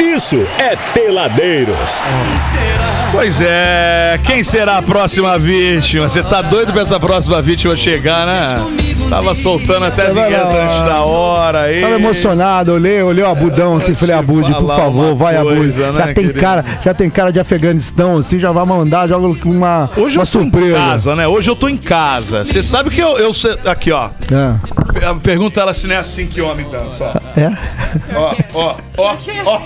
isso é Peladeiros. Pois é, quem será a próxima vítima? Você tá doido pra essa próxima vítima chegar, né? Tava soltando até Vai lá. vinheta antes da hora aí. Tava emocionado, olhei, olhei o Abudão, assim, eu falei, te Abude, por falar favor, uma vai, Abude. coisa, Já né, tem querido? cara, já tem cara de Afeganistão, assim, já vai mandar, joga uma, Hoje uma eu tô em surpresa. casa, né? Hoje eu tô em casa. Você sabe que eu, eu se- aqui, ó. É. P- Pergunta ela se não é assim que homem dança, ó. É. Ó, ó, ó, ó.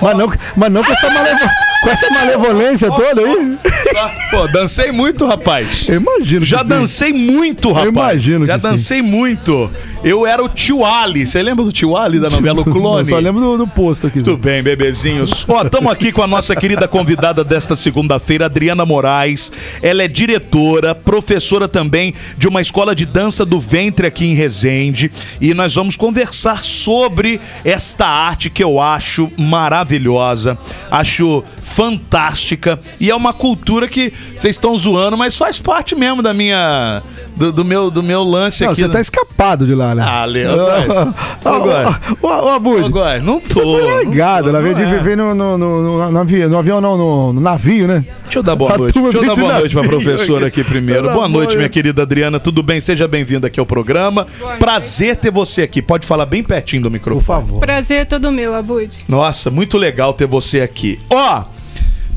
Mas não, mas não com, essa malevo- com essa malevolência toda aí. Só- Pô, dancei muito, rapaz. Eu imagino. que Já sim. dancei muito, rapaz. imagino Já que sim. dancei muito. Eu era o tio Ali. Você lembra do tio Ali da novela O Eu Clone? só lembro do, do posto aqui. Muito bem, bebezinhos. Ó, estamos aqui com a nossa querida convidada desta segunda-feira, Adriana Moraes. Ela é diretora, professora também de uma escola de dança do ventre aqui em Resende. E nós vamos conversar sobre esta arte que eu acho maravilhosa, acho fantástica. E é uma cultura que vocês estão zoando, mas faz parte mesmo da minha. do, do meu, do meu lance Não, aqui. você tá escapado de lá, né? ah, Ah, Leandro. Ô, ô, ô, ô, Ô, Abude. Goy, não Você tô. foi largado, né? ela não veio de é. viver no, no, no, no, avião, no avião, não, no, no navio, né? Deixa eu dar boa A noite. turma Deixa eu dar vive boa na Tá noite pra vida, professora aqui primeiro. Pelo Boa amor noite, de- minha querida Adriana. Tudo bem? Seja bem-vinda aqui ao programa. Prazer ter você aqui. Pode falar bem pertinho do microfone. Por favor. Prazer é todo meu, Abud. Nossa, muito legal ter você aqui. Ó,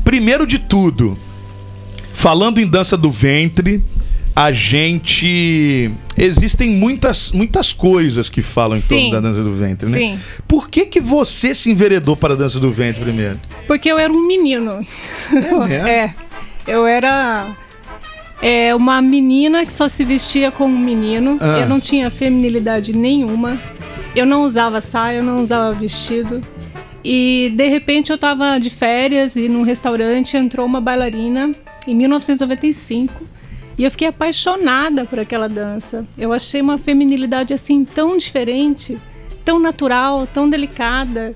primeiro de tudo, falando em dança do ventre, a gente. Existem muitas, muitas coisas que falam em Sim. torno da dança do ventre, né? Sim. Por que, que você se enveredou para a dança do ventre primeiro? Porque eu era um menino. mesmo? É. Eu era é, uma menina que só se vestia como um menino. Ah. Eu não tinha feminilidade nenhuma. Eu não usava saia, eu não usava vestido. E de repente eu tava de férias e num restaurante entrou uma bailarina em 1995. E eu fiquei apaixonada por aquela dança. Eu achei uma feminilidade assim tão diferente, tão natural, tão delicada.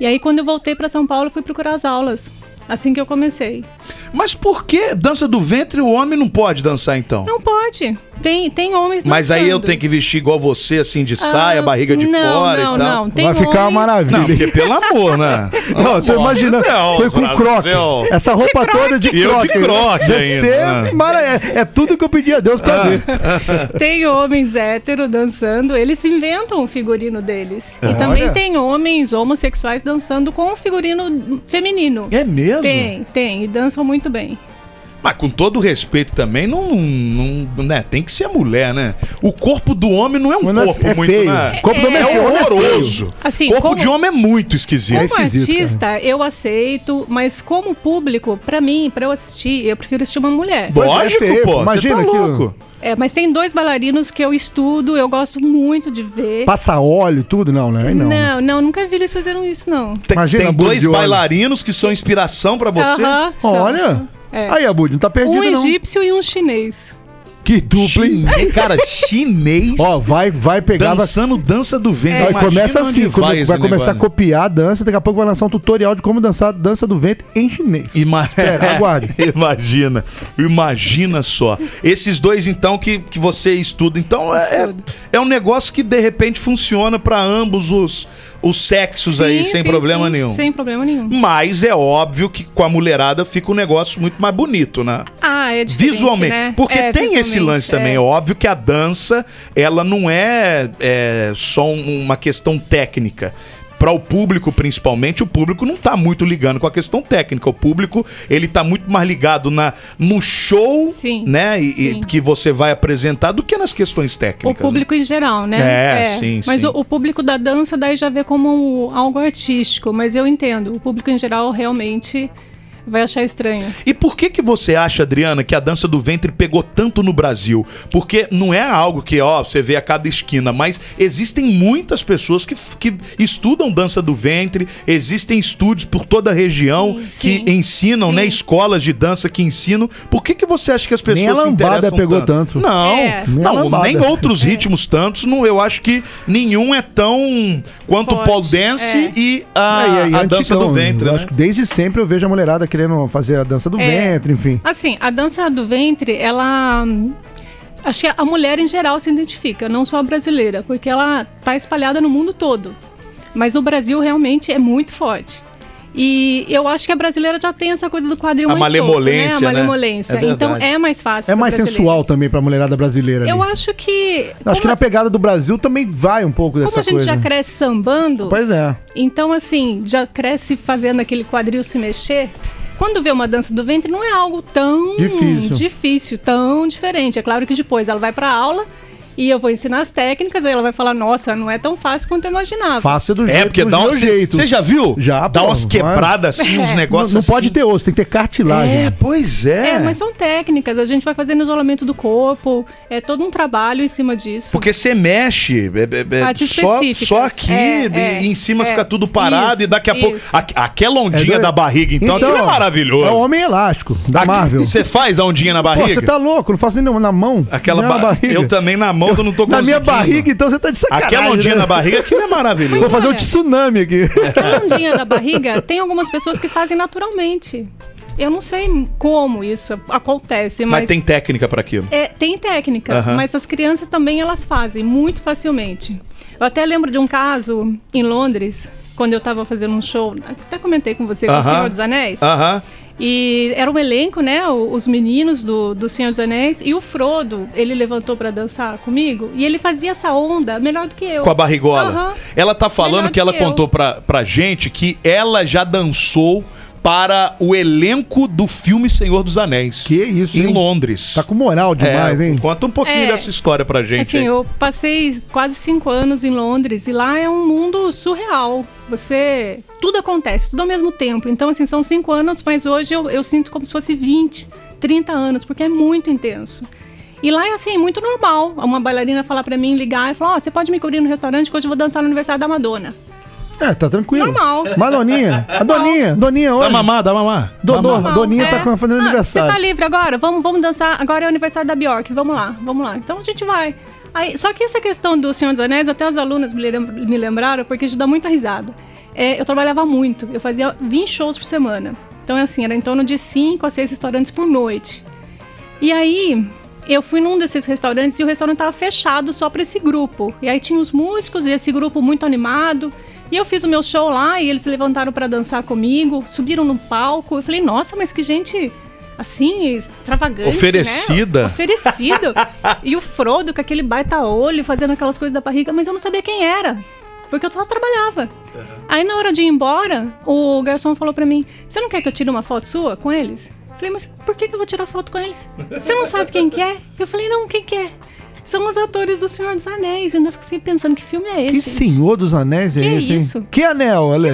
E aí quando eu voltei para São Paulo, eu fui procurar as aulas. Assim que eu comecei. Mas por que dança do ventre o homem não pode dançar então? Não pode. Tem, tem homens Mas aí eu tenho que que vestir igual você, assim, de saia, barriga de Ah, não, fora não, e tal. Não, tem Vai ficar uma homens- maravilha. Não, porque pelo amor, né? Não, eu tô imaginando. Não, Foi com Brasil. croque. Essa roupa toda de E eu de croque. croque Você ainda. né? Ah, mara- é, é tudo que eu pedi a Deus pra ver. Tem homens hétero dançando, eles inventam o figurino deles. E também tem homens homossexuais dançando com o figurino feminino. É mesmo? Tem, tem, e dançam muito bem. Mas com todo respeito também, não, não- né? Tem que ser mulher, né? O corpo do homem não é um Mas não é- corpo é muito, feio. né? O corpo do homem é é feio, homem é feio. horroroso. Assim, o corpo como- de homem é muito esquisito. Como esquisito, artista, eu aceito, mas como público, pra mim, pra eu assistir, eu prefiro assistir uma mulher. Pois é, Lógico, feio, pô. Imagina imagina tá aquilo. louco. É, mas tem dois bailarinos que eu estudo, eu gosto muito de ver. Passa óleo, tudo, não, né? Aí não. Não, não, nunca vi eles fazendo isso, não. Tem, Imagina tem a bunda dois de homem. bailarinos que são inspiração pra você. Aham, são, Olha. são. É. Aí, Abud, não tá perdido, um não. egípcio e um chinês. Que dupla, hein? Chinês, um, cara, chinês. Ó, vai, vai pegar. vai- dançando dança do ventre. Aí Imagina começa onde assim, come- vai, esse começar a negócio. né? copiar a dança, daqui a pouco vai lançar um tutorial de como dançar a dança do ventre em chinês. Ima- Espera, É, aguarde. imagina, imagina só. Esses dois, então, que, que você estuda. Então, é, é, Estudo. é um negócio que, de repente, funciona pra ambos os, os sexos aí, Sim, sem sim, problema sim, nenhum. Sem problema nenhum. Mas é óbvio que com a mulherada fica um negócio muito mais bonito, né? Ah, é diferente, Visualmente. né? Porque É, tem esse visualmente, lance é. também. É óbvio que a dança, ela não é, é, só um- uma questão técnica. Para o público, principalmente, o público não tá muito ligando com a questão técnica. O público, ele tá muito mais ligado na, no show, Sim, né? E, e sim. que você vai apresentar do que nas questões O técnicas. público em geral, né? É, sim, Mas sim. O, o público da dança daí já vê como um, algo artístico, mas eu entendo. O público em geral realmente vai achar estranho. E por que que você acha, Adriana, que a dança do ventre pegou tanto no Brasil? Porque não é algo que, ó, você vê a cada esquina, mas existem muitas pessoas que, que estudam dança do ventre, existem estúdios por toda a região Sim, que sim. ensinam, né, Sim. escolas de dança que ensinam. Por que que você acha que as pessoas Nem a se lambada interessam pegou tanto. Não, É. Nem a não, lambada. nem outros ritmos tantos, não, eu acho que nenhum é tão quanto o Forte, pole dance é. e a, É, e aí, a dança antigão, do ventre, eu né? acho que desde sempre eu vejo a mulherada querendo fazer a dança do É. ventre, enfim. Assim, a dança do ventre, ela. hum, Acho que a mulher em geral se identifica, não só a brasileira, porque ela tá espalhada no mundo todo. Mas o Brasil realmente é muito forte. E eu acho que a brasileira já tem essa coisa do quadril A mais malemolência, solto, né? né? A malemolência. É verdade. então é mais fácil. É pra mais brasileira. sensual também pra mulherada brasileira. ali. Eu acho que. Acho que na pegada do Brasil também vai um pouco como dessa a gente coisa. já cresce sambando, Pois é. então assim, já cresce fazendo aquele quadril se mexer. Quando vê uma dança do ventre, não é algo tão Difícil. difícil, tão diferente. É claro que depois ela vai pra aula e eu vou ensinar as técnicas, aí ela vai falar: nossa, não é tão fácil quanto eu imaginava. Fácil do jeito. É, porque do dá meu um jeito. Você já viu? Já, Dá pô, umas vai. quebradas assim, uns É. Não, negócios. não pode assim. ter osso, tem que ter cartilagem. É, pois é. É, mas são técnicas, a gente vai fazendo isolamento do corpo, é todo um trabalho em cima disso. Porque você mexe, é, é, é, Partes só, específicas. só aqui, É, e é, em cima é. fica tudo parado e Isso, daqui a pouco. isso. A, aquela ondinha doido. da barriga, então, aquilo é maravilhoso. É o Homem Elástico, da Aqui- Marvel. Você faz a ondinha na Pô, barriga? você tá louco, não faço nem na- na mão. Aquela nem ba- Eu também na mão, eu não tô Na conseguindo. minha barriga, então você tá de sacanagem. Aquela ondinha né? na barriga, É. aquilo é maravilhoso. Vou fazer um Olha. tsunami aqui. Aquela ondinha da um barriga, tem algumas pessoas que fazem naturalmente. Eu não sei como isso acontece, Mas, mas, tem técnica pra aquilo. é, tem técnica. Aham. Mas as crianças também elas fazem muito facilmente. Eu até lembro de um caso em Londres, quando eu estava fazendo um show, até comentei com você, com o Aham. Ah. Senhor dos Anéis. Aham. E era um elenco, né? o- Os meninos do, do Senhor dos Anéis. E o Frodo, ele levantou pra dançar comigo. E ele fazia essa onda melhor do que eu. Com a barrigola. Aham. Ela tá falando Melhor que ela que eu. contou pra, pra gente que ela já dançou para o elenco do filme Senhor dos Anéis. Que isso, Em hein? Londres. Tá com moral demais, É, hein? Conta um pouquinho É. dessa história pra gente. Assim, aí. eu passei quase cinco anos em Londres e lá é um mundo surreal. Você. Tudo acontece, tudo ao mesmo tempo. Então, assim, são cinco anos, mas hoje eu, eu sinto como se fosse 20, 30 anos, porque é muito intenso. E lá é assim, muito normal. Uma bailarina falar pra mim, ligar e falar: Ó, você pode me cobrir no restaurante que hoje eu vou dançar no aniversário da Madonna. É, tá tranquilo. Normal. Mas Doninha, a Doninha, Doninha Dá hoje. mamar, dá mamar. Dodô, Mamar. a Doninha tá com- fazendo aniversário. é. Você tá livre agora? Vamos, vamos dançar. Agora é o aniversário da Bjork. Vamos lá, vamos lá. Então a gente vai. Aí, só que essa questão do Senhor dos Anéis, até as alunas me lem- me lembraram, porque isso dá muita risada. É, eu trabalhava muito, eu fazia 20 shows por semana. Então, é assim, era em torno de 5 a 6 restaurantes por noite. E aí, eu fui num desses restaurantes e o restaurante tava fechado só para esse grupo. E aí tinha os músicos e esse grupo muito animado. E eu fiz o meu show lá e eles se levantaram para dançar comigo, subiram no palco. Eu falei, nossa, mas que gente assim, extravagante. Oferecida. Né? Oferecido. e o Frodo com aquele baita olho, fazendo aquelas coisas da barriga, mas eu não sabia quem era. Porque eu só trabalhava. Aí na hora de ir embora, o garçom falou pra mim: Você não quer que eu tire uma foto sua com eles? Eu Falei, mas por que, que eu vou tirar foto com eles? Você não sabe quem que é? Eu falei, não, quem que é? São os atores do Senhor dos Anéis. Eu ainda fiquei pensando que filme é esse. Que gente? senhor dos anéis é Que esse, hein? isso? Que anel, Ale?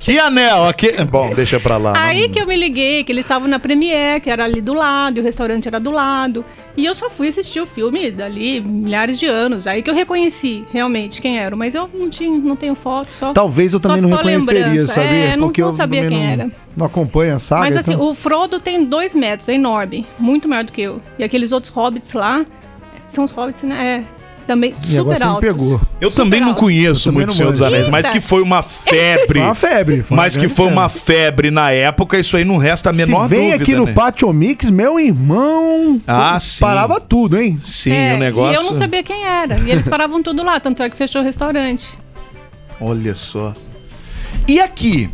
Que anel aqui. É Bom, deixa pra lá. Aí que eu me liguei, que eles estavam na Premiere, que era ali do lado, e o restaurante era do lado. E eu só fui assistir o filme dali milhares de anos. Aí que eu reconheci realmente quem era, mas eu não, tinha, não tenho foto, só. Talvez eu só também não ficou a reconheceria, lembrança. sabia? É, não, Porque não eu sabia também quem não, era. Não acompanha a saga. Mas assim, então- o Frodo tem dois metros, é enorme, muito maior do que eu. E aqueles outros hobbits lá, são os hobbits, né? É, também E agora super você me altos. pegou. Eu Super também não alto. conheço Eu também muito não Senhor dos manjo. Anéis, mas Eita. que foi uma febre. Foi uma febre. foi uma Mas que grande foi uma febre. febre na época, isso aí não resta a menor Se vem dúvida. aqui no né? Pátio Mix, meu irmão. Ah, sim. Parava tudo, hein? Sim, É, o negócio. E eu não sabia quem era. E eles paravam tudo lá, tanto é que fechou o restaurante. Olha só. E aqui,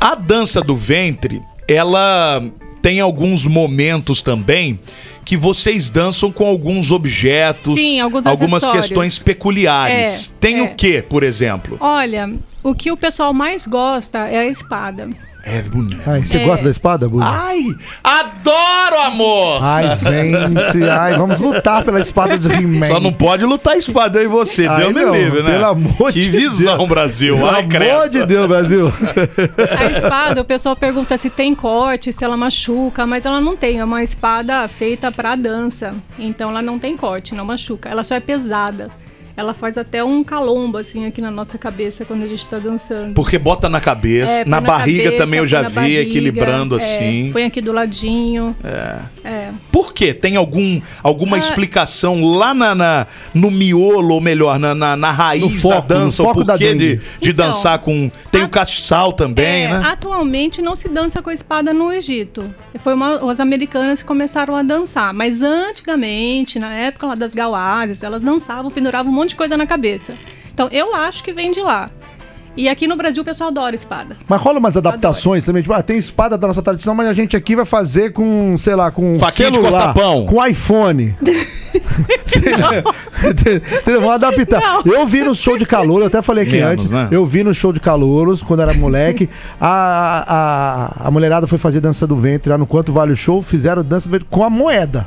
a dança do ventre, ela tem alguns momentos também que vocês dançam com alguns objetos, Sim, alguns algumas acessórios. questões peculiares. É, tem é. o que, por exemplo? Olha, o que o pessoal mais gosta é a espada. É bonito. Ai, você É. gosta da espada, Bruno? Ai, adoro amor. Ai, gente. Ai, vamos lutar pela espada de He-Man. Só não pode lutar espadão em você, Ai, Deus me não, livre, né? pelo amor que de visão, Brasil. Pelo Ai, amor credo. de Deus, Brasil. A espada, o pessoal pergunta se tem corte, se ela machuca, mas ela não tem. É uma espada feita pra dança. Então ela não tem corte, não machuca. Ela só é pesada. Ela faz até um calombo, assim, aqui na nossa cabeça quando a gente tá dançando. Porque bota na cabeça, É, põe na, barriga cabeça, também eu põe já na vi, barriga, equilibrando é, assim. Põe aqui do ladinho. É. Por quê? Tem algum, alguma Ah. explicação lá na, na- no miolo, ou melhor, na, na, na raiz No foco, da dança? no O foco da porquê de, dengue. de Então, dançar com... Tem o a- castiçal também, É, né? Atualmente não se dança com a espada no Egito. Foi uma, as americanas que começaram a dançar. Mas antigamente, na época lá das gauazes, elas dançavam, penduravam um monte de coisa na cabeça. Então eu acho que vem de lá. E aqui no Brasil o pessoal adora espada. Mas rola umas adaptações também, tipo, ah, tem espada da nossa tradição, mas a gente aqui vai fazer com, sei lá, com Faquinha de celular, cortar pão. com iPhone. Entendeu? Vamos adaptar. Não. Eu vi no show de calor, eu até falei aqui Menos, antes, né? eu vi no show de calouros, quando era moleque, a, a, a mulherada foi fazer dança do ventre lá no Quanto Vale o Show, fizeram dança do ventre com a moeda,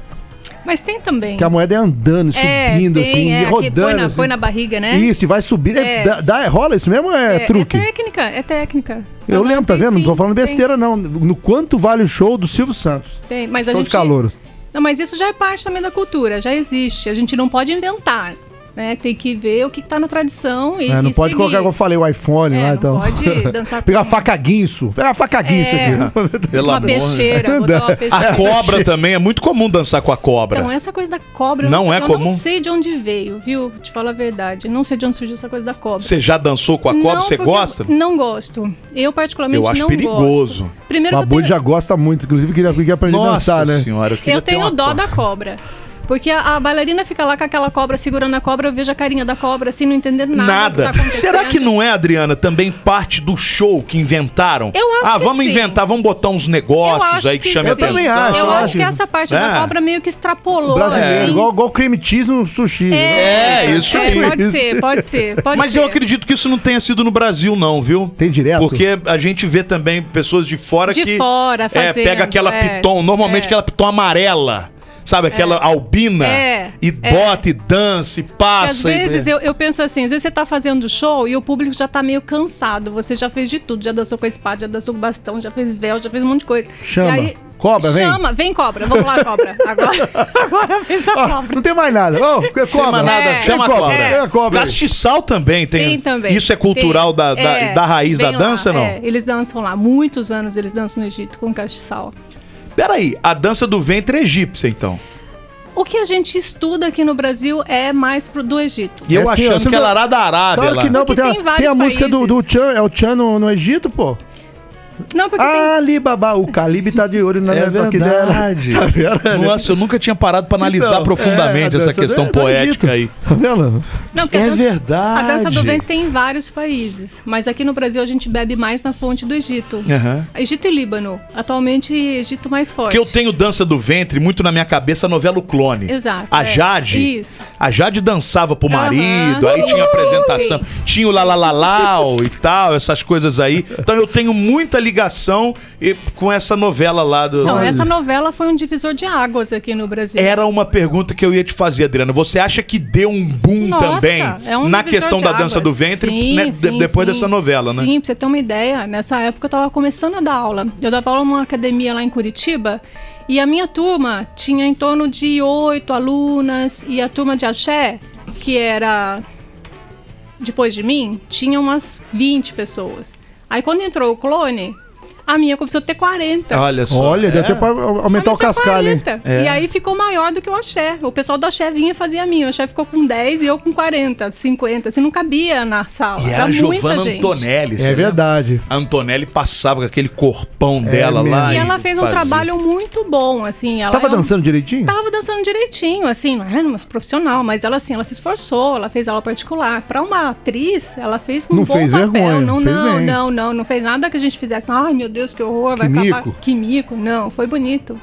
Mas tem também. que a moeda é andando, e É, subindo, tem, assim, é, e que rodando. Põe na, assim. põe na barriga, né? Isso, e vai subir. É, É. dá- dá- rola isso mesmo ou é, É, truque? É técnica, é técnica. Eu Aham, lembro, tá tem vendo? Não tô sim, falando tem, besteira, não. No quanto vale o show do Silvio Santos? Tem, mas a show gente... de calouros. Não, mas isso já é parte também da cultura, já existe. A gente não pode inventar, né? Tem que ver o que tá na tradição e É, não e pode seguir. colocar, como eu falei, o iPhone É, lá não então. pode dançar com- Pegar a faca guinso. Pega a faca guinso É. aqui. Uma peixeira, botar A uma peixeira. cobra também, é muito comum dançar com a cobra. Então, essa coisa da cobra, eu Não sei- é eu comum? não sei de onde veio, viu? Te falo a verdade. Não sei de onde surgiu essa coisa da cobra. Você já dançou com a cobra? Não, Você porque gosta? eu Não gosto. Eu, particularmente, Eu acho não perigoso. gosto. Primeiro O que eu Babu tenho, já gosta muito, inclusive queria, queria aprender a dançar, né? senhora, eu queria eu ter uma tenho dó cobra. da cobra. Porque a, a bailarina fica lá com aquela cobra segurando a cobra, eu vejo a carinha da cobra assim, não entendendo nada. do Nada. que tá Será que acontecendo. não é, Adriana, também parte do show que inventaram? Eu acho Ah, que vamos sim. inventar, vamos botar uns Eu negócios acho aí que, que chamem sim. Eu também atenção. acho, Eu eu acho que essa parte da É. cobra meio que extrapolou. Brasileiro, assim. igual, igual creme cheese no sushi. né? É, isso aí. Pode ser, pode ser. Pode Mas ser. eu acredito que isso não tenha sido no Brasil, não, viu? Tem direto? Porque a gente vê também pessoas de fora De que. fora É, fazendo, pega aquela é, piton, normalmente é. aquela piton amarela. Sabe, aquela albina. É, E é. bota, e dança, e Porque passa. às e- vezes eu, eu penso assim, às vezes você tá fazendo show e o público já tá meio cansado. Você já fez de tudo, já dançou com a espada, já dançou com o bastão, já fez véu, já fez um monte de coisa. Chama. E aí- Cobra, vem. Chama, vem cobra. Vamos lá, cobra. Agora, agora é vez da Ah, cobra. não tem mais nada. Ô, cobra. Não tem mais nada, É. chama a cobra. cobra. É, cobra. Castiçal também tem. Tem também. Isso é cultural Tem. da, da, É, da raiz da vem lá, dança, não? é, eles dançam lá. Muitos anos eles dançam no Egito com castiçal. Peraí, a dança do ventre é egípcia, então. O que a gente estuda aqui no Brasil é mais pro do Egito. E eu É assim, ó, achando você que ela não- era da Arábia Claro lá. que não, Porque porque tem, tem a- vários tem a música do, do países. Tchan, é o Tchan no, no Egito, pô. Não, porque tem Ah, Ali, babá, o Calibe tá de olho na É toque verdade. Tá vendo? Nossa, eu nunca tinha parado pra analisar Então, profundamente é, a essa dança questão do- do Egito. poética aí. Tá vendo? Não, porque É a dança- verdade. A dança do ventre tem em vários países, mas aqui no Brasil a gente bebe mais na fonte do Egito. Aham. Egito e Líbano. Atualmente, Egito mais forte. Porque eu tenho dança do ventre muito na minha cabeça, a novela O Clone. Exato, A é. Jade. Isso. A Jade dançava pro Aham. marido, aí tinha apresentação. Tinha o lalalalau e tal, essas coisas aí. Então eu tenho muita ligação e- com essa novela lá do. Não, essa novela foi um divisor de águas aqui no Brasil. Era uma pergunta que eu ia te fazer, Adriana. Você acha que deu um boom Nossa, também é um na divisor questão de da dança águas. do ventre Sim, né, de- sim, depois sim. dessa novela, né? Sim, pra você ter uma ideia, nessa época eu tava começando a dar aula. Eu dava aula numa academia lá em Curitiba e a minha turma tinha em torno de oito alunas e a turma de axé, que era depois de mim, tinha umas 20 pessoas. Aí quando entrou o clone, a minha começou a ter 40. Olha só. Olha, deu É. até pra aumentar o Mas tinha cascalho, Então, hein? 40. É. E aí ficou maior do que o axé. O pessoal do axé vinha e fazia a minha. O axé ficou com 10 e eu com 40, 50. Assim, não cabia na sala. E era era Giovanna muita gente. Antonelli. você É lembra? verdade. É A Antonelli passava com aquele corpão dela mesmo. lá. E ela fez um fazia. trabalho muito bom, assim. Ela Tava é um- dançando direitinho? Tava dançando direitinho, assim, não era uma profissional, mas ela assim, ela se esforçou, ela fez aula particular. Pra uma atriz, ela fez um Não bom fez papel. vergonha, não, fez não, bem. não, não, não fez nada que a gente fizesse. Ai, meu Deus, que horror, vai Que acabar. mico. Que mico, não, foi bonito.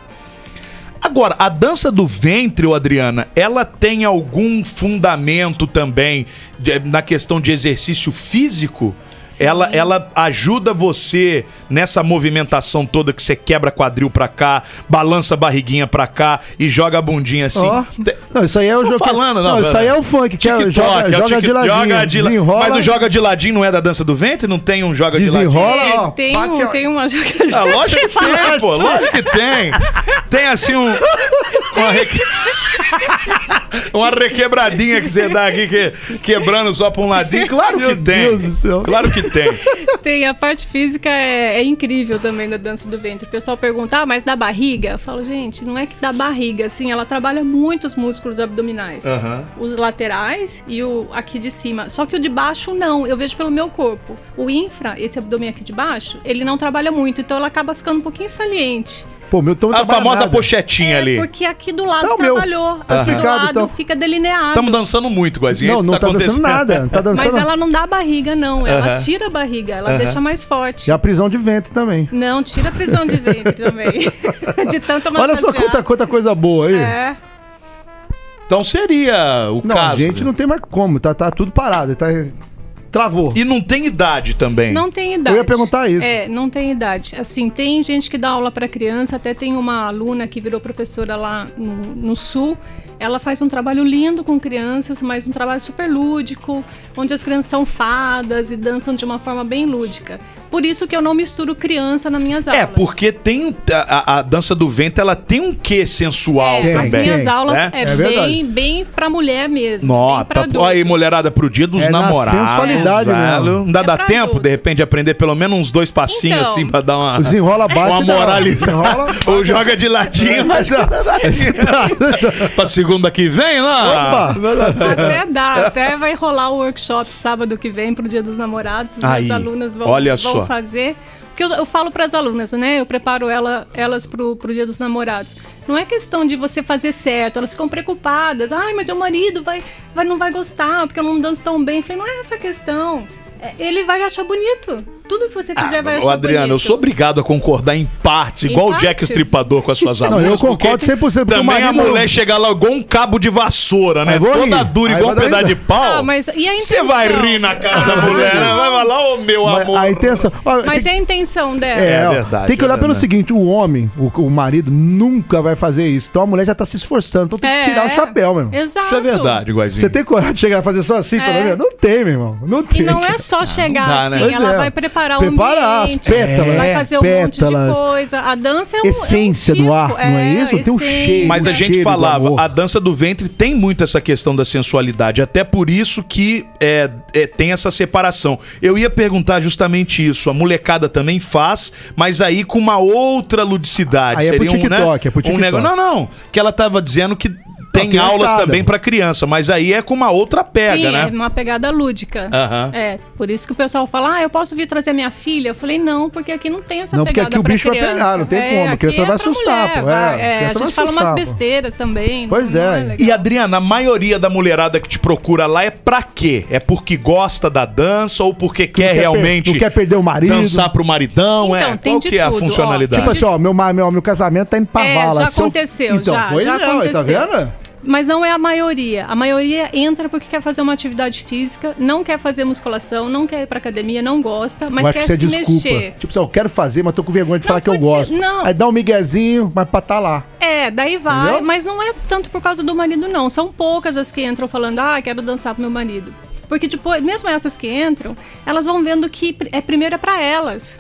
Agora, a dança do ventre, ô Adriana, ela tem algum fundamento também de- na questão de exercício físico? Sim. Ela, ela ajuda você nessa movimentação toda que você quebra quadril pra cá, balança a barriguinha pra cá e joga a bundinha assim. Ó. Te- Não, isso aí é o Tô jogo. falando, não, isso aí é o funk, que é, TikTok, é joga, o joga de tic- ladinho. joga de la- desenrola, Mas o joga de ladinho não é da dança do ventre? Não tem um joga de ladinho? desenrola, É, ó. tem, bate, um, ó. tem uma Ah, lógico que tem, pô. Lógico que tem. Tem assim um. Uma, reque- uma requebradinha que você dá aqui, que- quebrando só pra um ladinho. Claro que tem. Deus do céu. Claro que tem. Tem, a parte física é, é incrível também da dança do ventre. O pessoal pergunta, ah, mas da barriga? Eu falo, gente, não é que da barriga, assim, ela trabalha muito os músculos abdominais. Aham. Os laterais e o aqui de cima. Só que o de baixo, não. Eu vejo pelo meu corpo. O infra, esse abdômen aqui de baixo, ele não trabalha muito, então ela acaba ficando um pouquinho saliente. É Pô, meu tom A famosa poxa. pochetinha ali. Porque aqui do lado Tá, meu. trabalhou. Tá aqui do explicado, lado então. fica delineado. Estamos dançando muito, Guazinha. é Não, isso que não tá, dançando acontecendo. nada. Não tá dançando. Mas ela não dá barriga, não. Ela tira a barriga, ela deixa mais forte. E a prisão de ventre também. Não, tira a prisão de ventre também. de tanto Olha só massagear. quanta, quanta coisa boa aí. É. Então seria o não, caso. né? a gente não tem mais como. Tá, tá tudo parado. Tá... Travou. E não tem idade também. Não tem idade. Eu ia perguntar isso. É, não tem idade. Assim, tem gente que dá aula para criança, até tem uma aluna que virou professora lá no, no Sul. Ela faz um trabalho lindo com crianças, mas um trabalho super lúdico, onde as crianças são fadas e dançam de uma forma bem lúdica. Por isso que eu não misturo criança nas minhas aulas. É, porque tem a, a- a dança do vento, ela tem um quê sensual É, Tem, as também. tem. minhas aulas é, É? É verdade. bem, bem pra mulher mesmo. bem Nota, pra adulto. olha aí, mulherada, pro dia dos É na namorados. sensualidade velho. mesmo. Não dá, É dá pra tempo, adulto. de repente, aprender pelo menos uns dois passinhos Então. assim pra dar uma. O desenrola bate. Uma dá- moralizada. Desenrola. Ou joga de ladinho, mas pra segunda que vem lá. Opa! Até dá, até vai rolar o workshop sábado que vem pro Dia dos Namorados. As Aí, minhas alunas vão, olha vão só. fazer. Porque eu, eu falo para as alunas, né? Eu preparo ela, elas pro, pro Dia dos Namorados. Não é questão de você fazer certo, elas ficam preocupadas. Ai, mas meu marido vai, vai, não vai gostar porque eu não danço tão bem. Eu falei, não é essa a questão. É, Ele vai achar bonito. Tudo que você fizer vai achar Ah, Ô, Adriano, bonito. eu sou obrigado a concordar em partes, Em igual o Jack partes? Stripador com as suas Não, alunas. eu porque concordo 100%, porque o Também a marido- mulher chega lá igual um cabo de vassoura, né? Aí vou Toda rir. dura, Aí igual um vai dar pedaço de risada. pau. Ah, mas e a Você vai intenção? Ah, rir na cara da mulher, né? Vai falar, ô meu Mas amor. a intenção. Ó, Mas tem- é a intenção dela. É, É ó, verdade, tem que olhar é pelo verdade. seguinte: o homem, o, o marido, nunca vai fazer isso. Então a mulher já tá se esforçando. Então tem que tirar o chapéu, meu irmão. É. Exato. Isso é verdade, Guazinho. Você tem coragem de chegar e fazer só assim, É. pelo menos? Não tem, meu irmão. Não tem. E não é só chegar dá, né? assim, Pois ela é. vai preparar o Preparar as ambiente, pétalas, vai é, fazer um pétalas. monte de coisa. A dança é um Essência é um tipo, do ar, não é isso? Tem um essência. cheiro. Mas é a O gente cheiro do falava, amor. a dança do ventre tem muito essa questão da sensualidade, até por isso que é, é, tem essa separação. Eu ia perguntar justamente isso, a molecada também faz, mas aí com uma outra ludicidade. Aí é pro Seria um, né, TikTok, é pro um TikTok. negócio- não, não, que ela tava dizendo que tem criançada. aulas também pra criança, mas aí é com uma outra pega, Sim, né? é uma pegada lúdica. Aham. É, por isso que o pessoal fala, ah, eu posso vir trazer minha filha? Eu falei, não, porque aqui não tem essa Não, porque pegada aqui o pra bicho vai criança. É, pegar, não tem como, a aqui criança vai pra assustar, mulher, pô, é, vai. a É, a criança gente vai fala assustar, umas pô. besteiras também. Pois não é. legal. E Adriana, a maioria da mulherada que te procura lá é pra quê? É porque gosta da dança ou porque quer, per- realmente não quer perder o marido. dançar pro maridão? é, Então, tem qual de que é a tudo, ó. funcionalidade? Tipo assim, ó, meu, ma- meu, meu casamento tá indo pra É, vala. já se eu- aconteceu, então, já, pois já é, ó, tá aconteceu. vendo? Mas não é a maioria. A maioria entra porque quer fazer uma atividade física, não quer fazer musculação, não quer ir pra academia, não gosta, mas Eu acho quer que você se desculpa. mexer. Tipo assim, ó, eu quero fazer, mas tô com vergonha de Não, falar que eu gosto. pode ser, não. Aí dá um miguezinho, mas pra tá lá. É, daí vai, Entendeu? mas não é tanto por causa do marido, não. São poucas as que entram falando, ah, quero dançar pro meu marido. Porque depois, mesmo essas que entram, elas vão vendo que pr- é primeiro é pra elas.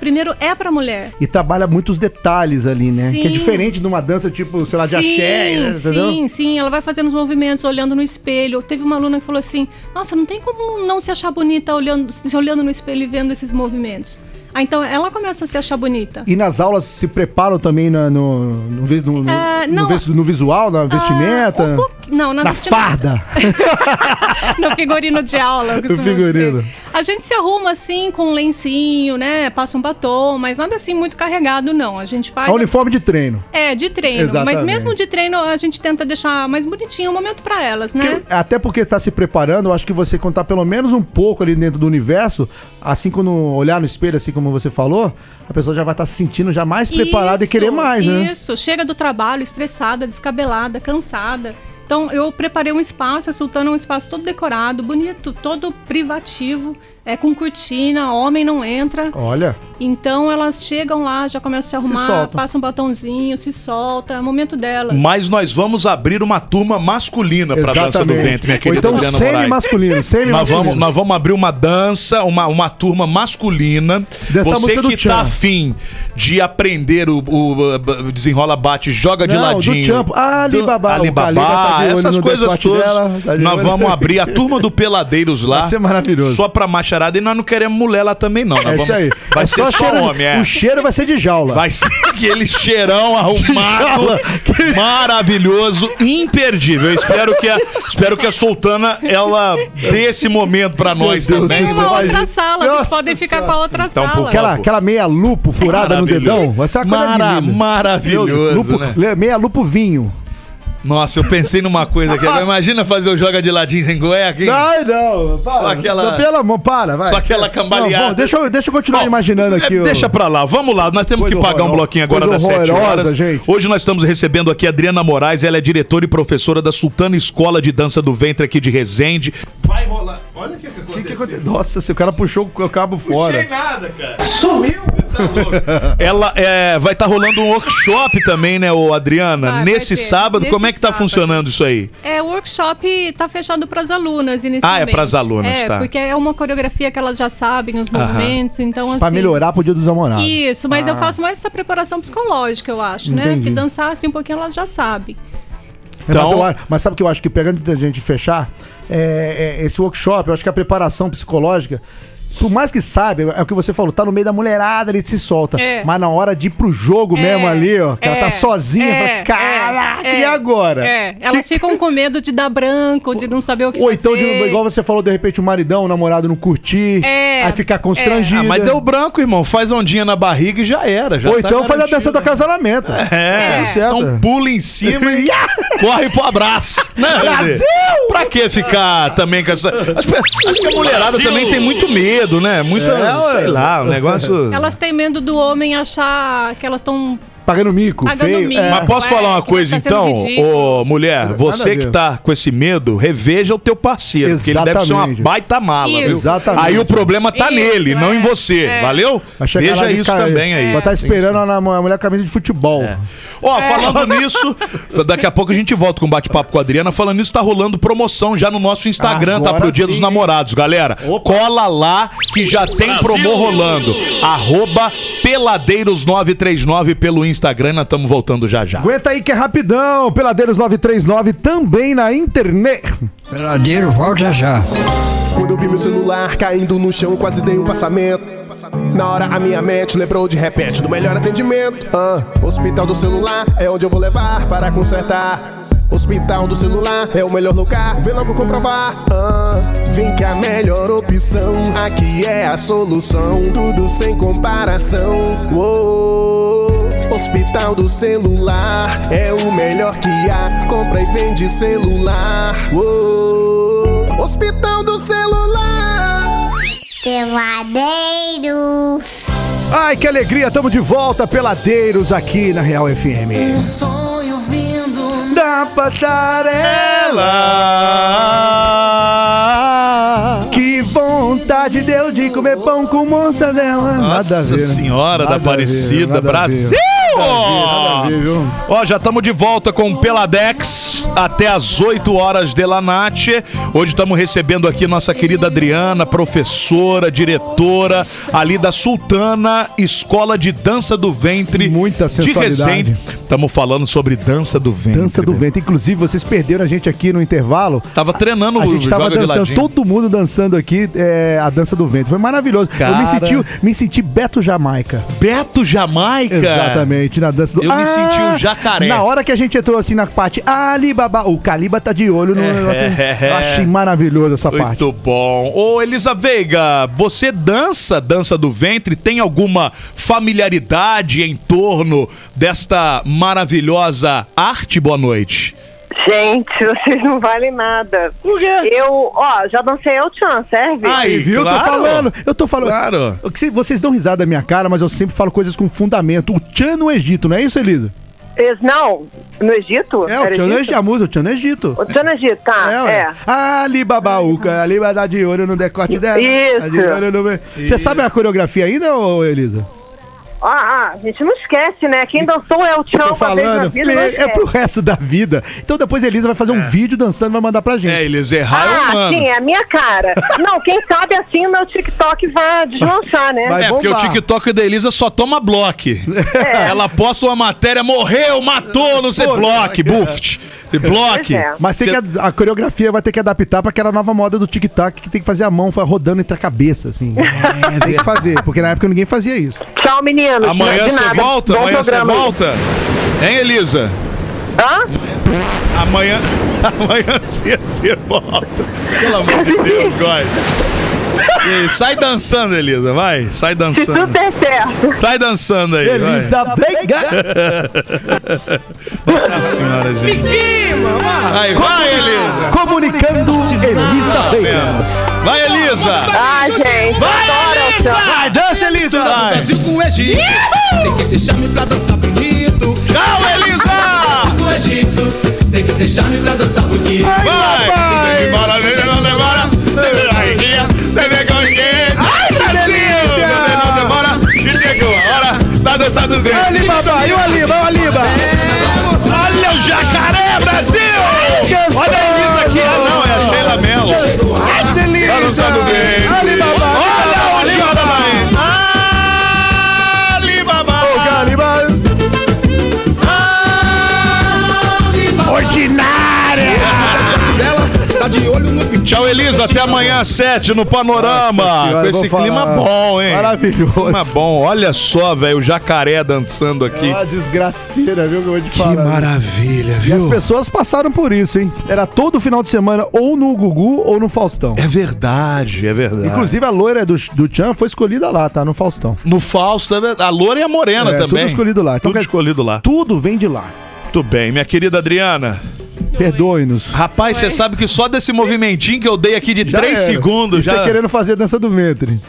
Primeiro é pra mulher. E trabalha muitos detalhes ali, né? Sim. Que é diferente de uma dança, tipo, sei lá, de axé, né? entendeu? Sim, sim, ela vai fazendo os movimentos, olhando no espelho. Teve uma aluna que falou assim: Nossa, não tem como não se achar bonita olhando, se olhando no espelho e vendo esses movimentos. Ah, então ela começa a se achar bonita. E nas aulas se preparam também na- no, no, vi- no- no- Ah, no não. vis- no visual, na vestimenta? Um pouqui- não, na, na vestimenta- farda. no figurino de aula. eu costumo No figurino. dizer. A gente se arruma assim com um lencinho, né? Passa um batom, mas nada assim muito carregado, não. A gente faz. A uniforme de treino. É, de treino. Exatamente. Mas mesmo de treino, a gente tenta deixar mais bonitinho o momento pra elas, né? Porque- até porque está se preparando, eu acho que você contar pelo menos um pouco ali dentro do universo, assim quando olhar no espelho, assim como você falou, a pessoa já vai estar se sentindo já mais preparada e Isso, querer mais, né? Isso, chega do trabalho estressada, descabelada, cansada. Então eu preparei um espaço, a Sultana é um espaço todo decorado, bonito, todo privativo, é com cortina, homem não entra. Olha, Então elas chegam lá, já começam a se Se arrumar, soltam. passam um batonzinho, se solta, é o momento assim, delas. Mas nós vamos abrir uma turma masculina pra dança do exatamente. ventre, minha Ou querida então Adriana Moraes. semi-masculino, Nós vamos, semi-masculino. nós vamos abrir uma dança, uma, uma turma masculina. Dançar a Você música é do que Tchan. tá afim de aprender o, o- o- desenrola, bate, joga de Não, do ladinho. Tchan. Alibaba, o Alibaba, Caliba tá de olho essas no coisas decote todas. dela, tá de nós olho. vamos abrir a turma do Peladeiros lá. Vai ser maravilhoso. Só pra macharada. E nós não queremos mulher lá também, não. Nós É isso vamos- aí. Vai é ser só só cheiro. um homem, é. O cheiro vai ser de jaula. Vai ser aquele cheirão arrumado, Jaula. maravilhoso, imperdível. Eu espero que a, espero que a Sultana ela dê esse momento pra nós Deus também. Tem Isso, uma vai- outra sala, vocês Nossa podem ficar Senhora. com a outra Então, por sala. favor. Aquela, aquela meia lupo furada no Maravilhoso. dedão. Vai ser uma coisa Mara- linda. Maravilhoso, Lupo- né? le- Meia lupo vinho. Nossa, eu pensei numa coisa aqui. agora. Imagina fazer o joga de ladinho sem cueca. hein? Ai, não. Para. Só aquela- Não, pelo amor, para, vai. Só aquela Não, cambaleada. vamos, deixa, eu, deixa eu continuar Bom, imaginando aqui. é, o- Deixa pra lá, vamos lá. Nós temos Coisa que pagar um horrorosa, bloquinho agora das coisa 7 horrorosa, horas. gente. Hoje nós estamos recebendo aqui a Adriana Moraes, ela é diretora e professora da Sultana Escola de Dança do Ventre aqui de Resende. Vai rolar. Olha o que, O que que aconte- Nossa, se o cara puxou o cabo fora. nada, cara. tá Sumiu! Ela é, vai estar rolando um workshop também, né, ô Adriana? Vai, vai Nesse ter. sábado, Nesse como é que tá sábado. funcionando isso aí? É, o workshop está fechado para as alunas inicialmente. Ah, é pras alunas, é, tá. porque é uma coreografia que elas já sabem, os movimentos, então assim... Pra melhorar pro dia dos namorados. Isso, mas eu faço mais essa preparação psicológica, eu acho, né? Ah. Entendi. Que dançar assim um pouquinho elas já sabem. É, Mas, Então- eu acho- mas sabe o que eu acho que pegando da gente fechar? É, é, esse workshop, eu acho que a preparação psicológica. Por mais que saiba, é o que você falou, tá no meio da mulherada, ele se solta. É. Mas na hora de ir pro jogo É, mesmo ali, ó, que ela é, tá sozinha, é, fala, caraca, é, e agora? É, elas ficam com medo de dar branco, de não saber o que Ou então, de- fazer. igual você falou, de repente o maridão, o namorado não curtir, É, aí ficar constrangido. Ah, mas deu branco, irmão. Faz ondinha na barriga e já era. Já Ou tá então faz a garantido. dança do acasalamento. É, É. certo. então pula em cima e corre pro abraço. Né, Lelê? Brasil! Pra que ficar também com essa. Acho, acho que a mulherada também tem muito medo, né? Muita. É, sei ué. lá, o negócio. Elas têm medo do homem achar que elas estão Pagando mico, Pagando feio. mico. é. Mas posso Ué, falar uma que coisa tá sendo então, ridículo. ô mulher, você a que ver. tá com esse medo, reveja o teu parceiro, porque ele deve ser uma Exatamente. baita mala, viu? Isso. Exatamente. Aí o problema tá Isso, nele, é. não em você, É. valeu? Vai chegar lá Veja de isso cara- também aí. É. Vai estar esperando a, nam- a mulher camisa de futebol. Ó, É. falando nisso, daqui a pouco a gente volta com um bate-papo com a Adriana. Falando nisso, tá rolando promoção já no nosso Instagram, tá Agora pro Dia dos sim. Namorados, galera. Cola lá que já tem promo rolando. Arroba peladeiros939 pelo Instagram. Nós estamos voltando já já. Aguenta aí que é rapidão. Peladeiros 939 também na internet. Peladeiro, volta já. Quando eu vi meu celular caindo no chão, quase dei um passamento. Na hora a minha mente lembrou de repente do melhor atendimento. Ah, hospital do celular é onde eu vou levar para consertar. Hospital do celular é o melhor lugar, vem logo comprovar. Ah, vem que a melhor opção aqui é a solução, tudo sem comparação. Uou. Hospital do celular é o melhor que há, compra e vende celular. Uou. Hospital do celular. Peladeiros. Ai, que alegria. Tamo de volta, peladeiros, aqui na Real FM. Um sonho vindo Da Ah, passarela. Que vontade deu de comer pão com mortadela. Nossa né? Senhora da Aparecida, Brasil! a ver, viu? Ó, já estamos de volta com o Peladex até as 8 horas de la noite. Hoje estamos recebendo aqui nossa querida Adriana, professora, diretora ali da Sultana Escola de Dança do Ventre. Muita sensualidade. Estamos falando sobre dança do ventre. Dança do vento. Inclusive, vocês perderam a gente aqui no intervalo. Tava treinando A o gente tava Joga de dançando, Ladinho. todo mundo dançando aqui é, a dança do vento. Foi maravilhoso. Eu Cara. me senti, me senti Beto Jamaica. Beto Jamaica. Exatamente, na dança do Ah! Eu me senti um jacaré. Na hora que a gente entrou assim na parte Alibaba, o Caliba tá de olho no. É. Eu achei maravilhoso essa parte. Muito bom. Ô, Elisa Veiga, você dança, dança do ventre, tem alguma familiaridade em torno desta maravilhosa arte? Boa noite. Gente, vocês não valem nada. Por quê? Eu, ó, já dancei El Chan, serve? Aí, Viu? Eu claro. tô falando, eu tô falando. Claro. O que cê- Vocês dão risada da minha cara, mas eu sempre falo coisas com fundamento. O Tchan no Egito, não é isso, Elisa? Eles- Não, no Egito? É, o Era Tchan no Egito? Egito, a música, o Tchan no Egito. O Tchan no Egito, tá, É, é. ué. Alibaba, o Caliba tá de olho no decote dela. Isso. Tá de olho no. Você sabe a coreografia ainda, ô Elisa? Ó, ah, Ah, a gente não esquece, né? Quem dançou é o Tchan Tô uma vez na falando, vida, não é, é esquece. pro resto da vida. Então depois a Elisa vai fazer um vídeo dançando e vai mandar pra gente. É, eles erraram, Ah, mano. sim, é a minha cara. Não, quem sabe assim o meu TikTok vai deslanchar, né? Vai É, porque o bombar. TikTok da Elisa só toma block. É. Ela posta uma matéria, morreu, matou, não sei, Pô, block, buft. Block. Pois é. Mas tem Cê- que, a coreografia vai ter que adaptar pra aquela nova moda do tic-tac que tem que fazer a mão fa- rodando entre a cabeça, assim. É, tem que fazer, porque na época ninguém fazia isso. Tchau, meninos. é Amanhã De você nada. volta? Bom Amanhã você programa aí. volta? Hein, Elisa? Hã? Amanhã. Amanhã você, você volta. Pelo amor de Deus, Góis. E sai dançando, Elisa, vai. Sai Se tudo dançando. der certo. Sai dançando aí. vai. Nossa senhora, gente. Aí, vai, Elisa. Comunicando Elisa Veiga. Vai, Elisa. Ai, gente. Adoro o Tchan. Vai, dança, Elisa! Vai. Brasil com o Egito. Tem que deixar-me pra dançar bonito. Tchau, Elisa! Brasil com o Egito. Tem que deixar-me pra dançar bonito. Vai! Embora, Elisa, não demora! Você vai guia, você vê com jeito! Ai, que delícia! Não demora, que chegou a hora da dança do vento! Olha Olha o jacaré, Brasil! Olha a Elisa aqui! Ah, não, é a Sheila Mello! Ai, que delícia! Da dança do vento! Olha o Alibaba! Alibaba! Tá de olho no Tchau, Elisa. Até amanhã às 7 no Panorama. Nossa senhora, Com esse vou clima falar. bom, hein? Maravilhoso. Clima bom. Olha só, velho, o jacaré dançando aqui. Uma desgraceira, viu, que eu vou te Que falar. maravilha, E as viu? pessoas passaram por isso, hein? Era todo final de semana ou no Gugu ou no Faustão. É verdade, é verdade. Inclusive a loira do, do Tchan foi escolhida lá, tá? No Faustão. no Fausto, é verdade. a loura e a morena É, também. Tudo escolhido lá. Então, Tudo quer- escolhido lá. Tudo vem de lá. Muito bem, minha querida Adriana. Perdoe-nos. Rapaz, você sabe que só desse movimentinho que eu dei aqui de Já 3 era. é E segundos Você já. querendo fazer a dança do ventre.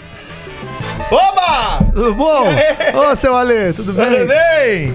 Oba! Tudo bom? Ô, seu Ale, É. tudo bem? Tudo bem?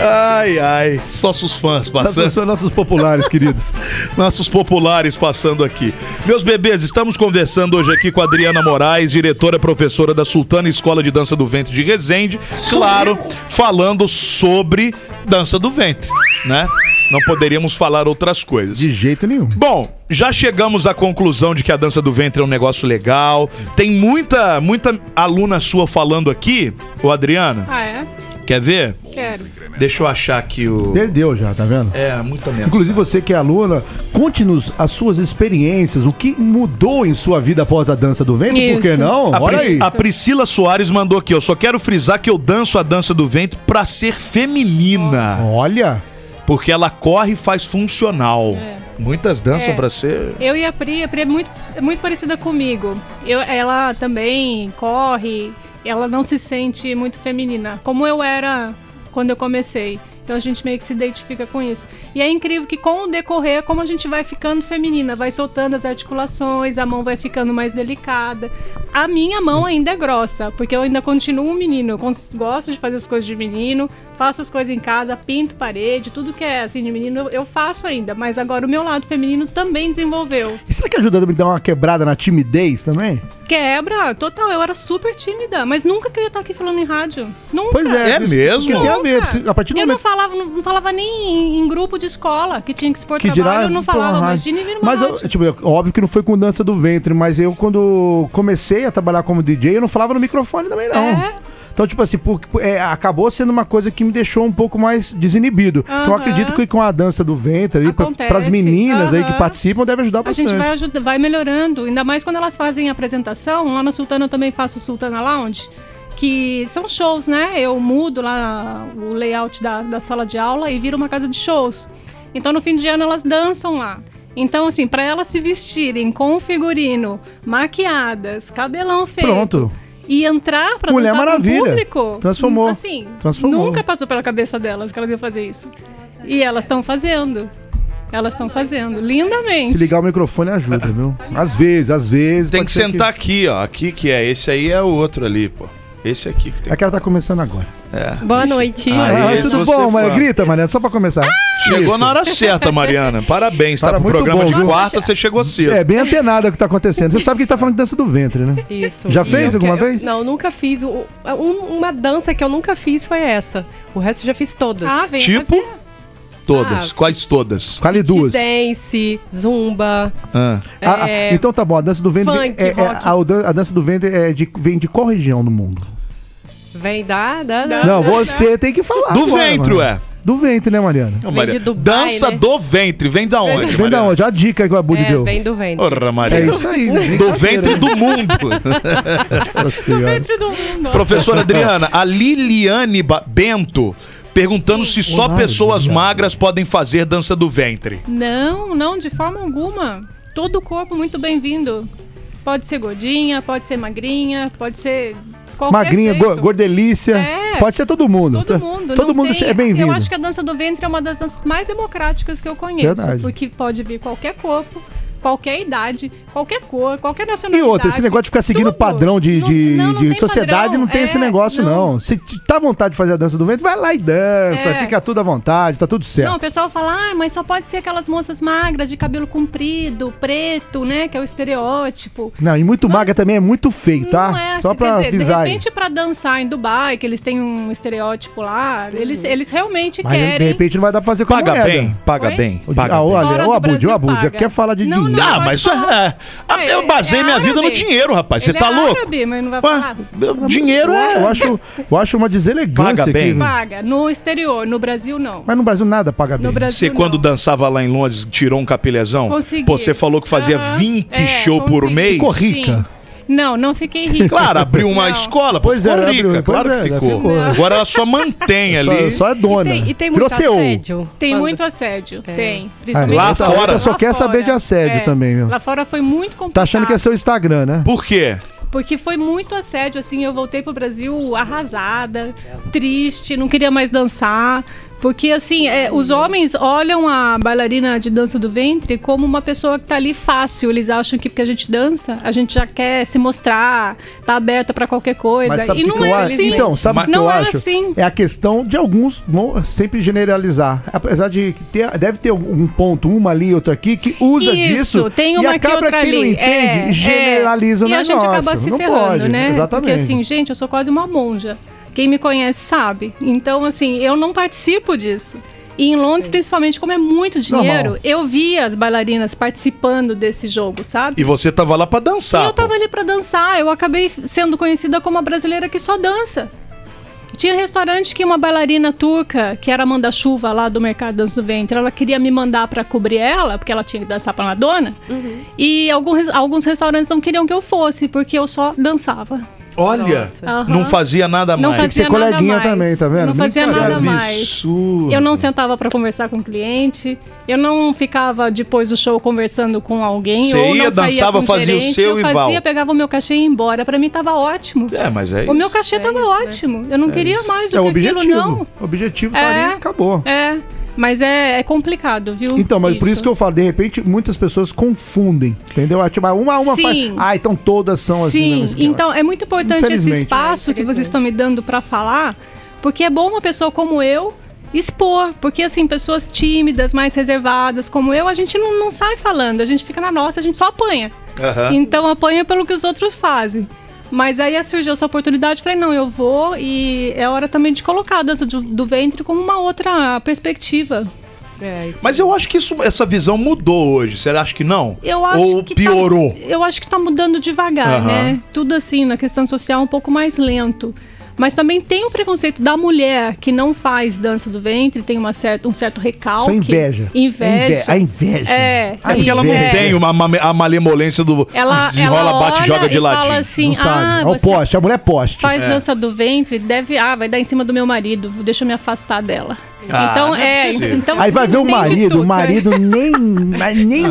Ai, ai. Só os fãs passando. Nossos, nossos populares, queridos. Nossos populares passando aqui. Meus bebês, estamos conversando hoje aqui com a Adriana Moraes, diretora professora da Sultana Escola de Dança do Ventre de Resende. Claro, falando sobre dança do ventre, né? Não poderíamos falar outras coisas. De jeito nenhum. Bom, já chegamos à conclusão de que a dança do ventre é um negócio legal. Tem muita, muita aluna sua falando aqui, ô Adriana. Ah, é? Quer ver? Quero. Deixa eu achar aqui o. Perdeu já, tá vendo? É, muita mensagem. Inclusive você que é aluna, conte-nos as suas experiências, o que mudou em sua vida após a dança do vento, por que Isso. não? A, Olha Pris- aí. a Priscila Soares mandou aqui, eu só quero frisar que eu danço a dança do ventre pra ser feminina, Olha, porque ela corre e faz funcional. Muitas dançam É. pra ser Eu e a Pri, a Pri é muito, é muito parecida comigo. Eu- ela também corre, ela não se sente muito feminina, como eu era quando eu comecei. Então a gente meio que se identifica com isso. E é incrível que com o decorrer, como a gente vai ficando feminina, vai soltando as articulações, a mão vai ficando mais delicada. A minha mão ainda é grossa, porque eu ainda continuo um menino. Eu cons- gosto de fazer as coisas de menino, faço as coisas em casa, pinto parede, tudo que é assim de menino eu- eu faço ainda. Mas agora o meu lado feminino também desenvolveu. e será que ajuda a me dar uma quebrada na timidez também? Quebra, total. Eu era super tímida, mas nunca queria estar aqui falando em rádio. Nunca. Pois é. É mesmo? Porque tem a ver, Ah, Nunca. precisa- a partir do eu não momento falava, não, não falava nem em, em grupo de escola que tinha que expor que trabalho, dirá... eu não pô, falava, uma rádio. imagina vir numa Mas, eu, rádio. tipo, eu- óbvio que não foi com dança do ventre, mas eu quando comecei a trabalhar como DJ, eu não falava no microfone também não. É. Então, tipo assim, por- é, acabou sendo uma coisa que me deixou um pouco mais desinibido. Então, eu Aham. acredito que com a dança do ventre, aí, pra, Acontece. pras meninas aí que Aham. participam, deve ajudar A bastante. gente vai, ajuda, vai melhorando, ainda mais quando elas fazem apresentação. Lá na Sultana eu também faço Sultana Lounge, que são shows, né? Eu mudo lá o layout da, da sala de aula e vira uma casa de shows. Então no fim de ano elas dançam lá. Então, assim, para elas se vestirem com o figurino, maquiadas, cabelão feito. Pronto. E entrar pra Mulher dançar Maravilha. com o público. Transformou. Assim, Transformou. nunca passou pela cabeça delas que elas iam fazer isso. E elas estão fazendo. Elas estão fazendo. Lindamente. Se ligar o microfone ajuda, viu? Às vezes, às vezes. Tem que pode ser sentar aqui, ó. Aqui que é. Esse aí é o outro ali, pô. Esse aqui que tem. É que ela tá começando agora. Boa noite. Aí, Ah, tudo você bom, Maria? fala. Ah! Grita, Maria, só pra começar. Chegou Isso. na hora certa, Mariana. Parabéns, tá? Cara, Pro muito programa bom, de viu? quarta, você chegou cedo. É, bem antenada o que tá acontecendo. Você sabe que tá falando de dança do ventre, né? Isso. Já E fez eu alguma que- eu- vez? não, nunca fiz. O- um- uma dança que eu nunca fiz foi essa. O resto eu já fiz todas. Ah, vem Tipo? fazer. Todas. é. Ah. Quais todas? Fale duas. Dance, zumba. Ah. Ah, ah, é, então tá bom, a dança do ventre funk, é, é- rock. a, o dan- a dança do ventre é de- vem de qual região do mundo? Vem da. da, da- Não, você tem que falar. Do agora, ventre, mano. ué. Do ventre, né, Mariana? Ô, Vem Maria- de Dubai, Dança né? do ventre. Vem da onde? Vem da Mariana? onde? A dica aí que o Abud É, deu. vem do ventre. Porra, É Maria. isso aí. Do ventre do mundo. Nossa senhora. Professora Adriana, a Liliane Ba- Bento perguntando se só Olá, pessoas Liliane. magras podem fazer dança do ventre. Não, não, de forma alguma. Todo o corpo muito bem-vindo. Pode ser gordinha, pode ser magrinha, pode ser qualquer Magrinha, jeito. go- gordelícia. É. Pode ser todo mundo. Todo mundo. Todo não mundo tem- é bem-vindo. Eu acho que a dança do ventre é uma das danças mais democráticas que eu conheço. Verdade. Porque pode vir qualquer corpo, qualquer idade, qualquer cor, qualquer E nacionalidade. outra, esse negócio de ficar seguindo o tudo. padrão de, Não- de, não, não de tem sociedade padrão. não tem É, esse negócio, não. Se, se tá à vontade de fazer a dança do ventre, vai lá e dança, É. fica tudo à vontade, tá tudo certo. Não, o pessoal fala, ah, mas só pode ser aquelas moças magras, de cabelo comprido, preto, né? Que é o estereótipo. Não, e muito magra também é muito feio, tá? Não é Só assim, pra quer dizer, avisar De aí. repente, pra dançar em Dubai, que eles têm um estereótipo lá, Uhum. eles, eles realmente Mas de querem. repente não vai dar pra fazer com a Paga moeda. bem, paga Oi? bem, O di- paga ah, bem. olha, Fora o do Abud, Brasil o Abud, já paga. quer falar de Não, dinheiro. não. Ah, pode mas isso é. falar. ah, É, Eu basei é minha vida no árabe. dinheiro, rapaz. Você Ele tá é louco? árabe, Ah, mas não vai Ué, falar. eu- dinheiro Eu é. acho, eu acho uma deselegância Paga bem. aqui. né? Paga. No exterior, no Brasil, não. Mas no Brasil nada paga bem. No Brasil, Você, quando não. dançava lá em Londres, tirou um capilezão? Consegui. Pô, você falou que fazia Aham. 20 É, show por consegui. mês. Ficou rica? Sim. Não, não fiquei rica. Claro, abriu uma Não. escola, pô, Pois é, ficou ela rica, abriu, claro pois é, que ela ficou. ficou. Agora ela só mantém ali. Só, só é E dona. tem, e tem muito Virou CEO. assédio. Tem Quando- muito assédio. É. Tem. Principalmente Ah, Lá lá fora. fora. É. Ela só quer saber de assédio também, viu? Lá fora foi muito complicado. Tá achando que é seu Instagram, né? Por quê? Porque foi muito assédio, assim, eu voltei pro Brasil arrasada, triste, não queria mais dançar. Porque, assim, é, os homens olham a bailarina de dança do ventre como uma pessoa que tá ali fácil. Eles acham que porque a gente dança, a gente já quer se mostrar, tá aberta pra qualquer coisa. Mas sabe o e que, não que eu é acho? assim. Então, sabe o que não eu é acho? assim. É a questão de alguns vão sempre generalizar. Apesar de que ter, deve ter um ponto, uma ali, outra aqui, que usa Isso, disso. tem uma e aqui, acaba outra que não ali. entende, É, generaliza o é. E a negócio. gente acaba se não ferrando, pode. né? Exatamente. Porque assim, gente, eu sou quase uma monja. Quem me conhece sabe. Então, assim, eu não participo disso. E em Londres, principalmente, como é muito dinheiro, Normal. eu vi as bailarinas participando desse jogo, sabe? E você tava lá pra E dançar. eu tava pô. ali pra dançar, eu acabei sendo conhecida como a brasileira que só dança. Tinha restaurante que uma bailarina turca, que era manda-chuva lá do Mercado Dança do Ventre, ela queria me mandar pra cobrir ela, porque ela tinha que dançar pra Madonna. E alguns, alguns restaurantes não queriam que eu fosse, porque eu só dançava. Olha, Aham. não fazia nada Não mais. fazia ser nada coleguinha mais. também, tá vendo? Não fazia Muito nada absurdo. mais. Absurdo. Eu não sentava pra conversar com o cliente, eu não ficava depois do show conversando com alguém. Você ou não ia, saía dançava, com fazia o gerente, seu eu e fazia, val. pegava o meu cachê e ia embora. Pra mim tava ótimo. É, mas é isso. O meu cachê tava isso, né? ótimo. Eu não queria mais do É o que objetivo. aquilo, não. O objetivo tá É. ali, acabou. É, mas é, é complicado, viu? Então, mas por isso que eu falo, de repente, muitas pessoas confundem, entendeu? Ah, Tipo, ah, uma a uma Sim. faz. Ah, então todas são assim, Sim, mesmo esquema. então é muito importante esse Infelizmente. espaço que vocês estão me dando pra falar, porque é bom uma pessoa como eu expor, porque assim, pessoas tímidas, mais reservadas como eu, a gente não, não sai falando, a gente fica na nossa, a gente só apanha. Tá. Aham. Então apanha pelo que os outros fazem. Mas aí assim, surgiu essa oportunidade, falei, não, eu vou e é hora também de colocar a dança do, do ventre como uma outra perspectiva. É, isso. Mas eu acho que isso, essa visão mudou hoje. Você acha que não? Eu acho Ou que tá- piorou? eu acho que tá mudando devagar, Aham. né? Tudo assim, na questão social, um pouco mais lento. Mas também tem o preconceito da mulher que não faz dança do ventre, tem uma certa, um certo recalque. Só é inveja. Inveja. A inveja. É. A É porque ela não inveja. tem uma, ma- a malemolência do Ela, desenrola, ela bate, olha joga de e ladinho. fala assim, Não ah, sabe. É o você poste, a mulher é poste. faz dança do ventre, deve, ah, vai dar em cima do meu marido, deixa eu me afastar dela. Ah, então não é é, possível. então Aí vai ver o entende marido, tudo, o né? marido nem. mas nem.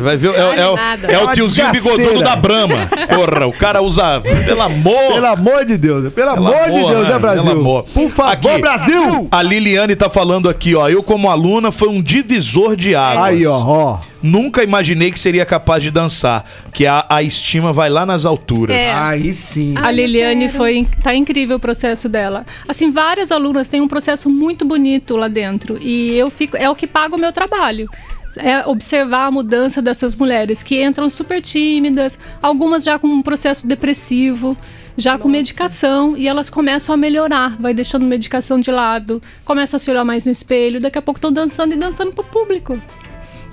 Vai ver, é, é, o- nada. é É o uma tiozinho desgraceira. bigodudo da Brama. Porra, o cara usa. Pelo amor! Pelo amor de Deus, pelo Pelo amor de Deus, né? né, Brasil? Pelo amor. Por favor, Aqui, Brasil! A Liliane tá falando aqui, ó. Eu, como aluna, foi um divisor de águas. Aí, ó, ó. nunca imaginei que seria capaz de dançar. Que a, a estima vai lá nas alturas. É. Aí sim. A Liliane foi, in- tá incrível o processo dela. Assim, várias alunas têm um processo muito bonito lá dentro e eu fico, é o que paga o meu trabalho. É observar a mudança dessas mulheres que entram super tímidas, algumas já com um processo depressivo, já com medicação e elas começam a melhorar, vai deixando medicação de lado, começam a se olhar mais no espelho, daqui a pouco estão dançando e dançando pro público.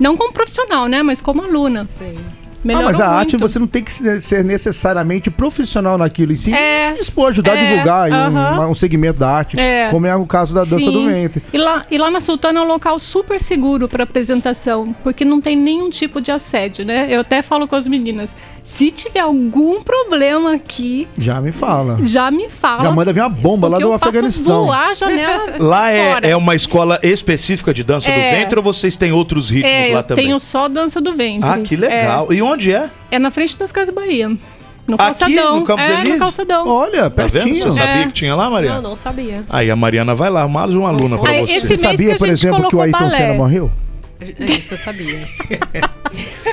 Não como profissional, né, mas como aluna. Ah, Melhorou mas a arte muito. você não tem que se- ser necessariamente profissional naquilo, e sim É. expor, ajudar a É, divulgar em um- aham. um, segmento da arte, É. como é o caso da dança Sim. do ventre. E lá, e lá na Sultana é um local super seguro para apresentação, porque não tem nenhum tipo de assédio, né? Eu até falo com as meninas: se tiver algum problema aqui, Já me fala. já me fala. Já manda vir uma bomba lá porque do eu faço Afeganistão. Voar a janela. Lá fora. é, é uma escola específica de dança do É. ventre ou vocês têm outros ritmos É, lá eu também? tenho só dança do ventre. Ah, que legal. E onde é? É, é na frente das Casas Bahia. No Aqui, calçadão. no Campos é, Elíseos? no calçadão. Olha, Tá vendo? Você sabia É. que tinha lá, Mariana? Não, não sabia. Aí a Mariana vai lá, mais uma aluna pra Aí, você. esse Você mês sabia, que a por gente exemplo, colocou que o Ayrton balé. Senna morreu? Isso eu sabia.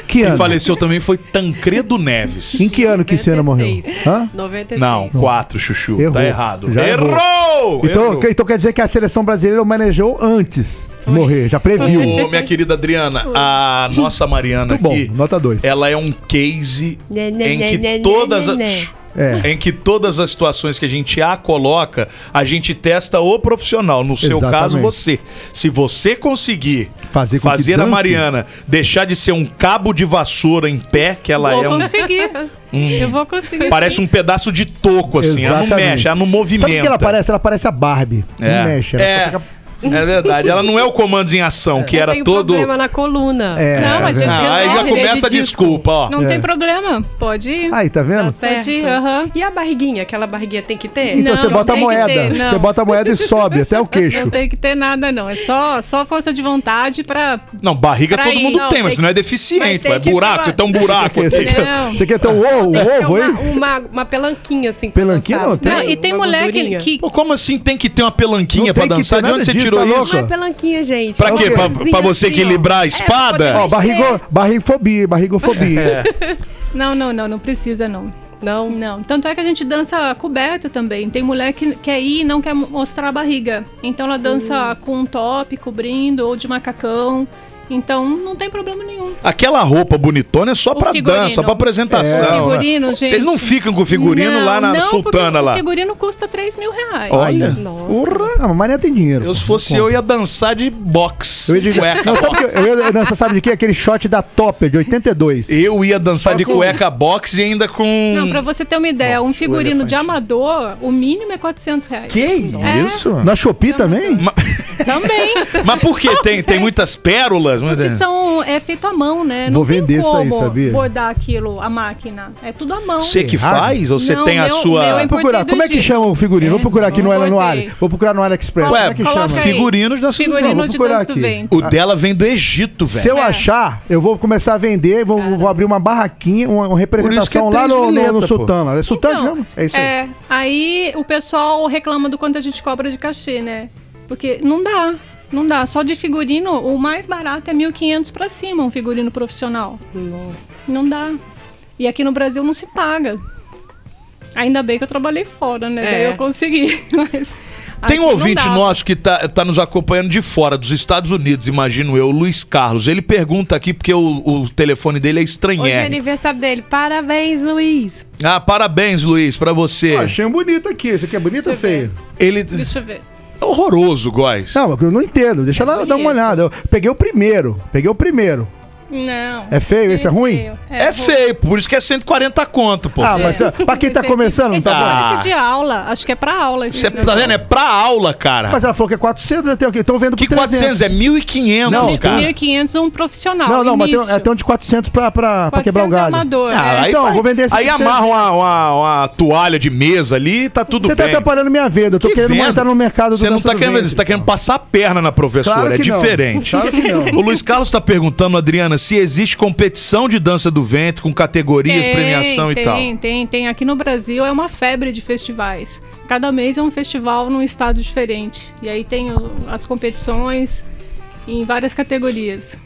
Quem faleceu também foi Tancredo Neves. Em que ano que Senna morreu? 96. Hã? 96. Não, quatro, Chuchu. Errou. Tá errado. Já errou. Então, Errou. então quer dizer que a seleção brasileira o manejou antes de morrer, já previu. Ô, minha querida Adriana, a nossa Mariana Muito bom, aqui, nota 2. ela é um case Né, né, em né, né, que todas né, as... né. É. Em que todas as situações que a gente a coloca, a gente testa o profissional. No seu Exatamente. caso, você. Se você conseguir Fazer com que a dance. Mariana deixar de ser um cabo de vassoura em pé, que ela Vou é um Hum. conseguir. Eu vou conseguir. Parece um pedaço de toco, assim. Ela não Exatamente. mexe, ela não movimenta. Sabe o que ela parece? Ela parece a Barbie. É. Não mexe. Ela É. só fica... É verdade. Ela não é o comandos em ação, que era Tem todo. problema na coluna. É, Não, mas a gente Ah, aí resolve. já Ele é começa a de disco. desculpa, um ó. Não É. tem problema. Pode ir. Aí, tá vendo? Certo. Pode ir, aham. E a barriguinha? Aquela barriguinha tem que ter? Então Não, você não bota a tem que moeda. ter, não. você bota a moeda e sobe até o queixo. Não tem que ter nada, não. É só, só força de vontade pra. Não, barriga Pra todo ir, mundo não, tem, tem mas que- não é mas deficiente. tem pô, É que buraco, ter- você tem um buraco. Você aqui. quer, Não. você quer ter um ovo, um ovo uma, aí? uma, uma pelanquinha assim. pra Pelanquinha dançar, não, tem- Não, e tem uma mulher que, gordurinha. que Pô, como assim tem que ter uma Não pelanquinha pra tem que dançar? De ter onde nada você disso, tirou tá louco? isso? Não é pelanquinha, gente. Pra É uma quê? Pra- coisinha pra você assim, ó. equilibrar a espada? É, pra Ó, barrigou, mexer. barrigofobia, barrigofobia. Não, não, não, não precisa não. Não, Não. Tanto é que a gente dança coberta também. Tem mulher que quer ir e não quer mo- mostrar a barriga. Então ela dança com um top cobrindo ou de macacão. Então não tem problema nenhum. Aquela roupa bonitona é só O pra figurino. dança, pra apresentação. O figurino, né? gente. Vocês não ficam com o figurino Não, lá na não, Sultana porque lá. O figurino custa 3 mil reais. Olha. Nossa. Porra. Ah, mas Maria tem dinheiro. É. Eu, se fosse eu, ia dançar de boxe. Eu ia de- cueca. Não, sabe, o que, eu, eu, não, você sabe de que? Aquele shot da Topper de 82. Eu ia dançar Só de com- cueca boxe e ainda com. Não, pra você ter uma ideia, um figurino de amador, o mínimo é 400 reais. É. isso? Na Shopee também? Ma- Também. Mas por que tem, tem muitas pérolas? Mas- Porque são, é feito à mão, né? Vou tem vender isso aí, como sabia? Bordar aquilo, a máquina. É tudo à mão. Você que Errado. faz? Ou você Não, tem a meu- sua. meu é Vou procurar. Importei do Como é que Egito. chama o figurino? Vou procurar aqui no, não no importei. Ali. Vou procurar no AliExpress. Ué, Como é que coloca chama? aí. figurinos da Figurino Não, vou de procurar dança do aqui. ventre. O dela vem do Egito, Se velho. eu achar, eu vou começar a vender, vou, vou abrir uma barraquinha, uma, uma representação Por isso que é lá no, no, no três mileta, pô. Sultana. É Sultana Então, mesmo? É isso aí. É, aí o pessoal reclama do quanto a gente cobra de cachê, né? Porque não dá, não dá. Só de figurino, o mais barato é 1.500 pra cima, um figurino profissional. Nossa. Não dá. E aqui no Brasil não se paga. Ainda bem que eu trabalhei fora, né? É. Daí eu consegui. Mas Tem um aqui não ouvinte dá. nosso que tá, tá nos acompanhando de fora, dos Estados Unidos, imagino eu, o Luiz Carlos. Ele pergunta aqui, porque o, o telefone dele é Hoje é estranhé. aniversário dele. Parabéns, Luiz. Ah, parabéns, Luiz, pra você. Pô, achei um bonito aqui. Esse aqui é bonito ou feio? Ele. Deixa eu ver. É horroroso, Góis. Não, eu não entendo. Deixa ela dar uma olhada. Eu peguei o primeiro. Peguei o primeiro. Não. É feio? Esse é ruim? feio. É ruim. feio, por isso que é 140 conto, pô. Ah, mas ó, pra quem tá começando, não Esse tá bom. é de aula. Acho que é pra aula. esse Você negócio. tá vendo? É pra aula, cara. bom. Mas ela falou que é 400, eu tenho aqui. Estão vendo que por 300. 400 é 1.500, Não, cara. 1.500 um profissional. Não, não, mas tem, início. é, tem um de 400 pra, pra, pra quebrar o 400 galho. é amador. Ah, é. aí Então, vai- vou vender esse Aí aqui. amarra uma, uma- uma toalha de mesa ali e tá tudo Você tá bem. atrapalhando minha venda. Eu tô Que querendo venda? entrar no mercado do Você não dança tá do querendo, ventre. então. você tá querendo passar a perna na professora, Claro é que não. diferente. Claro que não. O Luiz Carlos tá perguntando, Adriana, se existe competição de dança do ventre com categorias, premiação tem, e tal. Tem, tem, tem. Aqui no Brasil é uma febre de festivais. Cada mês é um festival num estado diferente. E aí tem o- as competições em várias categorias.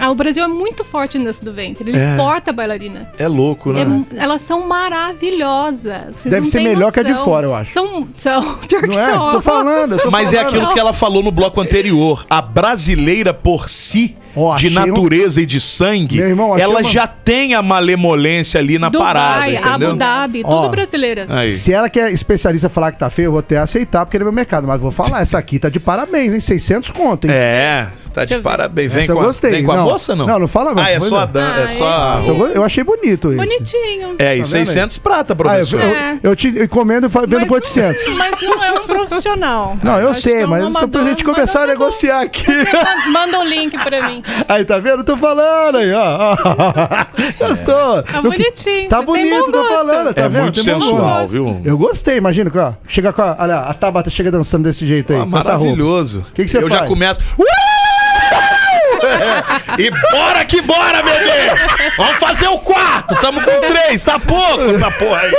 Ah, o Brasil é muito forte em dança do ventre. Ele É. exporta a bailarina. É louco, né? É- elas são maravilhosas. Vocês Deve não ser têm melhor que a de noção. fora, eu acho. São, são. Pior que Não é? são. Tô falando, eu tô Mas é falando. aquilo que ela falou no bloco anterior. A brasileira por si, Ó, de achei um natureza e de sangue, Meu irmão, achei ela uma- já tem a malemolência ali na parada, Dubai, entendeu? Abu Dhabi, Ó. tudo brasileira. Aí. Se ela que é especialista falar que tá feio, eu vou até aceitar, porque ele é meu mercado. Mas vou falar, essa aqui tá de parabéns, hein? 600 conto, hein? É, tá Deixa eu de ver. parabéns. Vem Essa eu com, a, gostei. vem com a Não. moça, não? Não, não fala mais, Ah, é pois só é. a dan, é Ah, só... Essa eu, go- eu achei bonito isso. Bonitinho. É. É, e Tá vendo aí? 600 prata, Ah, eu, professor. eu, eu te encomendo fa- vendo Mas 400. Não, mas não é um profissional. Não, eu Acho que sei, é um mas só pra amador, gente começar a mas tá bom. negociar aqui. Você Manda o um link pra mim. Aí, tá vendo? Eu tô falando aí, ó. Gostou. Tá No que- bonitinho, Tá você tem bom bonito, tô gosto. falando. Tá é vendo? muito Tem bom sensual, gosto. viu? Eu gostei, imagina. que, ó, Chega com a, olha, a Tabata chega dançando desse jeito aí. Ah, com essa roupa. maravilhoso. Que que você eu já faz? começo. "Uh!" E bora que bora, bebê! Vamos fazer o quarto! Tamo com três, tá pouco essa porra aí!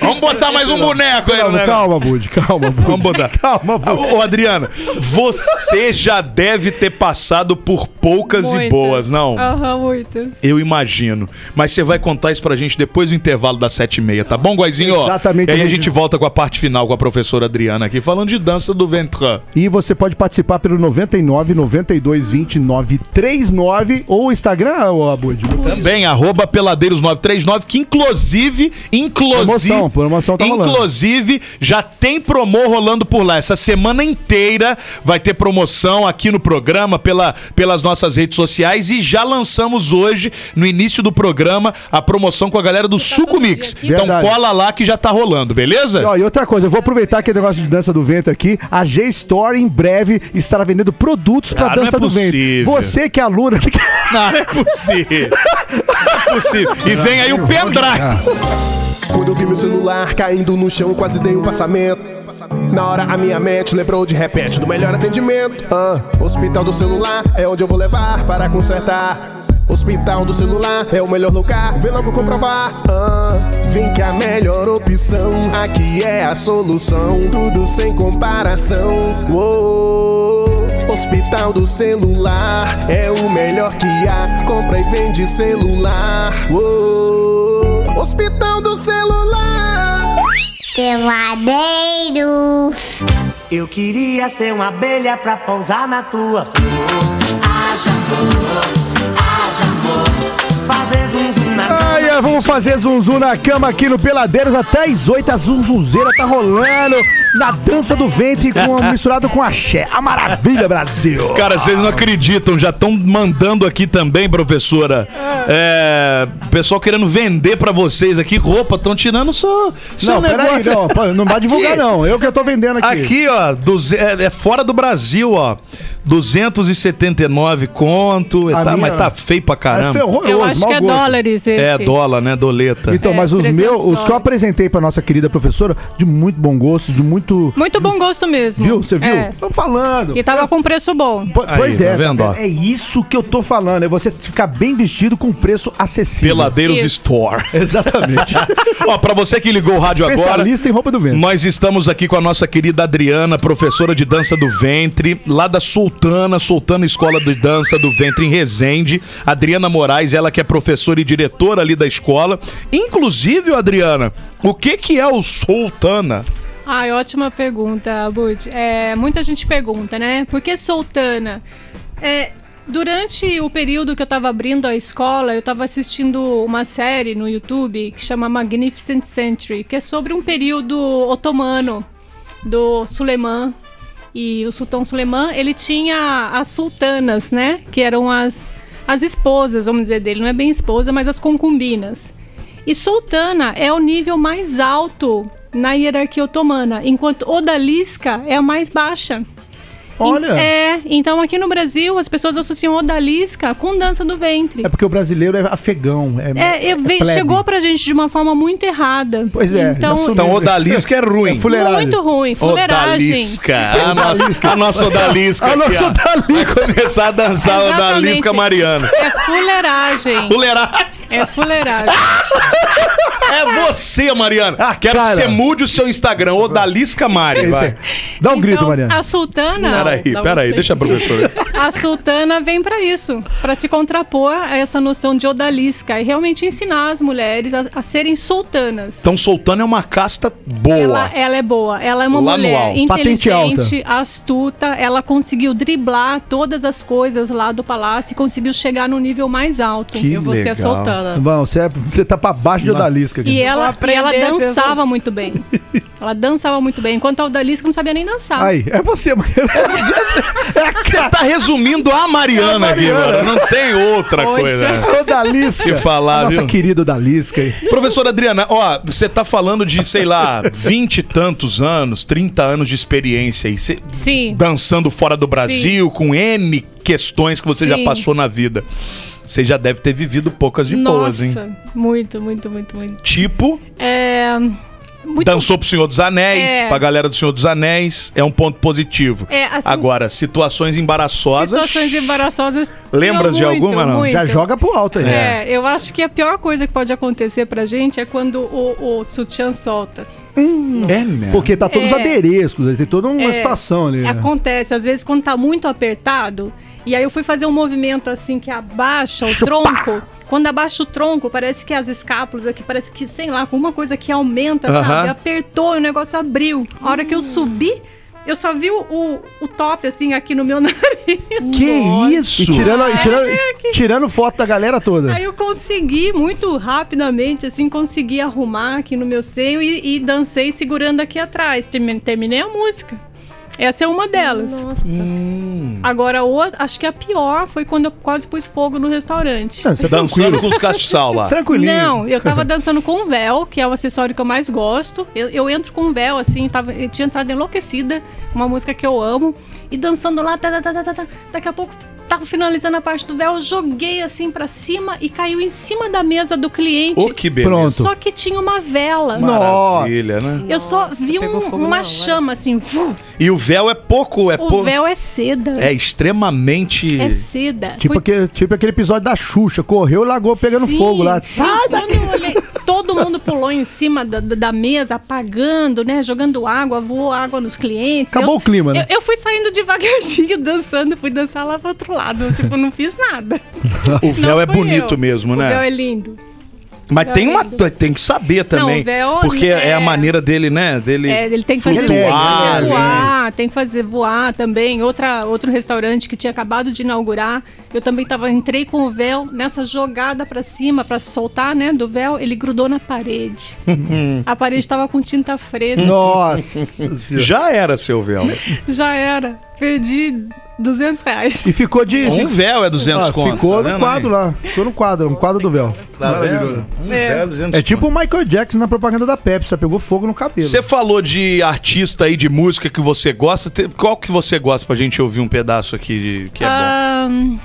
Vamos botar mais um boneco aí, Calma, né? calma, Bud, calma, Bud. Vamos botar. Calma, Bud. Ô, ô, Adriana, você já deve ter passado por poucas e Muitas. Ah. boas, não? Aham, muitas. Eu imagino. Mas você vai contar isso pra gente depois do intervalo das sete e meia, tá bom, Guaizinho? Ó, Exatamente. E aí a gente volta com a parte final com a professora Adriana aqui, falando de dança do ventre. E você pode participar pelo 99 92 29 39 ou Instagram, ô Abud. Também, arroba peladeiros939, que inclusive, inclusive. Promoção, promoção tá rolando. Inclusive, já tem promo rolando por lá. Essa semana inteira vai ter promoção aqui no programa, pela, pelas nossas redes sociais. E já lançamos hoje, no início do programa, a promoção com a galera do Suco tá todo dia Mix. aqui. Então Verdade. cola lá que já tá rolando, beleza? E, ó, e outra coisa, eu vou aproveitar aquele negócio de dança do ventre aqui. A G-Store em breve estará vendendo produtos pra Ah, não é dança do ventre. possível. Você que é aluna. Não, não é possível. Não é possível. E vem aí o pendrive. Quando eu vi meu celular caindo no chão, quase dei um passamento. Na hora a minha mente lembrou de repente do melhor atendimento. Ah, hospital do celular é onde eu vou levar para consertar. Hospital do celular é o melhor lugar, vem logo comprovar. Ah, vem que a melhor opção aqui é a solução, tudo sem comparação. Uou. Hospital do celular é o melhor que há, compra e vende celular. Uou. Hospital do celular. Peladeiros. Eu queria ser uma abelha pra pousar na tua flor. Fazer zum zum na Ai, ai, vamos fazer zum zum na cama aqui no Peladeiros até às 8, a zum zumzeira tá rolando na dança do ventre com, misturado com axé. A maravilha, Brasil! Cara, vocês não acreditam, já estão mandando aqui também, professora. É, pessoal querendo vender pra vocês aqui roupa, estão tirando só seu Não, peraí, um negócio. não, pô, não vai divulgar Aqui. não. Eu que eu tô vendendo aqui. Aqui, ó, duze- é, é fora do Brasil, ó. 279 conto, e A tá, minha- mas tá feio pra É caramba. ferroroso, Eu acho que mau é gosto. dólares esse. É, dólar, né? Doleta. Então, É, mas os 300 meus, os que eu dólares. apresentei pra nossa querida professora, de muito bom gosto, de muito. Muito bom gosto mesmo. Viu? Você viu? É. Tô falando. E tava com preço bom. Po- Aí, pois tá é, tá vendo, ó? vendo? é isso que eu tô falando. É você ficar bem vestido com preço acessível. Peladeiros Isso. Store. Exatamente. ó, pra você que ligou o rádio agora. É Especialista em roupa do vento. Nós estamos aqui com a nossa querida Adriana, professora de dança do ventre, lá da Sultana, Sultana Escola de Dança do Ventre em Resende. Adriana Moraes, ela que é professora e diretora ali da escola. Inclusive, ô, Adriana, o que que é o Sultana? Ai, ótima pergunta, Bud. É, muita gente pergunta, né? Por que Soltana? É, durante o período que eu estava abrindo a escola, eu estava assistindo uma série no YouTube que chama Magnificent Century, que é sobre um período otomano do Suleiman. E o sultão Suleiman, ele tinha as sultanas, né? Que eram as, as esposas, vamos dizer, dele. Não é bem esposa, mas as concubinas. E Sultana é o nível mais alto na hierarquia otomana, enquanto Odalisca é a mais baixa. Olha. Em- É, então aqui no Brasil as pessoas associam Odalisca com dança do ventre. É porque o brasileiro é afegão. É, É, eu ve- plebe. chegou pra gente de uma forma muito errada. Pois é, já Então, sumiu. Então, Odalisca é ruim. É fuleiragem. muito ruim, fuleiragem. Odalisca. A, no, a nossa Odalisca. A aqui, Ah, nossa tá ó. Vai começar a dançar a Odalisca Exatamente. Mariana. É fuleiragem. Fuleiragem. É fuleiragem. É você, Mariana. Ah, Quero cara. é- que você mude o seu Instagram, Odalisca Mari. Isso vai. aí. Dá um grito, Então, Mariana. A sultana, um peraí, peraí, deixa a professora. A sultana vem para isso, para se contrapor a essa noção de odalisca e realmente ensinar as mulheres a, a serem sultanas. Então, Soltana é uma casta boa. Ela, ela é boa, ela é uma Lá no mulher alto. Patente inteligente, astuta, ela conseguiu driblar todas as coisas lá do palácio e conseguiu chegar no nível mais alto. Eu vou ser a soltana. Bom, você, é- você tá pra baixo de odalisca. E aqui. ela, e ela aprender a ser dançava muito bem. Ela dançava muito bem, enquanto a odalisca não sabia nem dançar. Aí, é você, mano. É a Você tá resumindo a Mariana, A aqui, Mariana. mano. Não tem outra Poxa. coisa. É Odalisca. Que falar, a nossa viu? querida Odalisca aí. Professora Adriana, ó, você tá falando de, sei lá, vinte e tantos anos, 30 anos de experiência aí. Você Sim. dançando fora do Brasil, com N questões que você já Sim. passou na vida. Você já deve ter vivido poucas e boas, hein? Nossa, muito, muito, muito, muito. Tipo, É, muito dançou pro Senhor dos Anéis, É. pra galera do Senhor dos Anéis, é um ponto positivo. É, assim- Agora, situações embaraçosas. Situações embaraçosas. Lembras de tinham alguma, não? muito. Já joga pro alto aí. Então. É. eu acho que a pior coisa que pode acontecer pra gente é quando o, o sutiã solta. É mesmo. Porque tá todos É. aderescos, ele tem toda uma É. situação ali. né? Acontece, às vezes, quando tá muito apertado, e aí eu fui fazer um movimento assim que abaixa o tronco. Quando abaixa o tronco, parece que as escápulas aqui, parece que, sei lá, alguma coisa que aumenta, sabe? Aham. Hum. Apertou e o negócio abriu. A hora que eu subi, eu só vi o, o, o top, assim, aqui no meu nariz. Que isso? E tirando, É. e tirando, e tirando foto da galera toda. Aí eu consegui muito rapidamente, assim, consegui arrumar aqui no meu seio e, e dancei segurando aqui atrás. Termi- Terminei a música. Essa é uma delas. Nossa. Agora, o- acho que a pior foi quando eu quase pus fogo no restaurante. Não, você é Dançando tranquilo. com os castiçal lá. Tranquilinho. Não, eu tava dançando com véu, que é o acessório que eu mais gosto. Eu, eu entro com véu, assim, tava, eu tinha entrado enlouquecida, uma música que eu amo, e dançando lá, tá, tá, tá, tá, tá, tá. daqui a pouco tava finalizando a parte do véu, eu joguei assim pra cima e caiu em cima da mesa do cliente. Ô, que beleza. Pronto. Só que tinha uma vela. Nossa. Maravilha, né? Eu só Nossa, vi pegou um- fogo na uma hora. chama, assim, vu, E o véu é pouco, é o pouco. véu é seda. É extremamente. É seda. Tipo, Foi aquele, tipo aquele episódio da Xuxa, correu e largou pegando Sim, fogo lá. sim. Quando eu olhei, todo mundo pulou em cima da, da- da mesa, apagando, né? Jogando água, voou água nos clientes. Acabou Eu- o clima, né? Eu, eu fui saindo devagarzinho, dançando, fui dançar lá pro outro lado. Tipo, não fiz nada. O véu Não é fui bonito eu. mesmo, O véu né? é lindo. Mas véu tem é uma. lindo. Tem que saber também. o véu porque é... a é- maneira dele, né? Dele. É, ele tem que fazer Flutuar, voar, né? voar, tem que fazer voar também. Outra, outro restaurante que tinha acabado de inaugurar, eu também tava, entrei com o véu nessa jogada pra cima, pra soltar, né, do véu, ele grudou na parede. a parede tava com tinta fresca. Nossa senhora. Já era seu véu. Já era. Perdi 200 reais. E ficou de. Um véu é 200 Ah, conto. ficou tá no vendo, quadro amigo? lá. Ficou no quadro, no quadro do véu. Tá vendo? Um É. véu é 200 É tipo o Michael Jackson na propaganda da Pepsi, pegou fogo no cabelo. Você falou de artista aí, de música que você gosta. Te- Qual que você gosta pra gente ouvir um pedaço aqui de- que é Ah, Ahn, bom?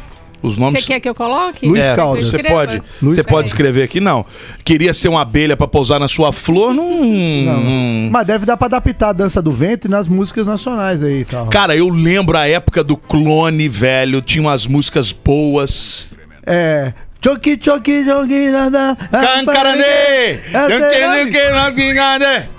Os Ah, Você nomes. quer que eu coloque? Luiz É, Caldas. Você Escreva. pode, Luiz você pode Caldas. escrever aqui? Não. Queria ser uma abelha pra pousar na sua flor? Não. não. Hum. Mas deve dar pra adaptar a dança do ventre nas músicas nacionais aí e tal. Cara, eu lembro a época do clone, velho. Tinha umas músicas boas. É. Choque, choque, choque, nada. É, Cancarandê! Eu quero que não vingança,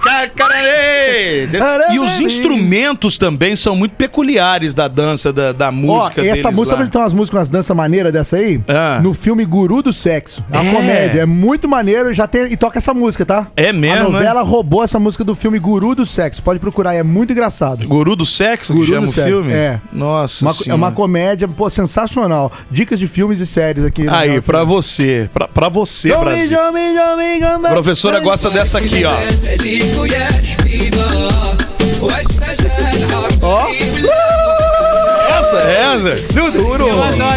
cancarandê! E os instrumentos também são muito peculiares da dança, da, da Ó, música. deles essa música, é lá. sabe onde tem umas músicas, umas danças maneiras dessa aí? Ah. No filme Guru do Sexo. É uma É. comédia. É muito maneiro. Já tem, e toca essa música, tá? É mesmo, A novela roubou essa música do filme Guru do Sexo. Pode procurar, é muito engraçado. Guru do Sexo, que Guru chama do o Sexo, filme? é. Nossa Uma- é Senhora. uma comédia, pô, sensacional. Dicas de filmes e séries aqui. né? no Aí, Real pra Filme. você. Pra, pra você, Jovem, Brasil. jovem, jovem, gamba. A professora gosta dessa aqui, ó. Ó. Essa, essa. Eu adoro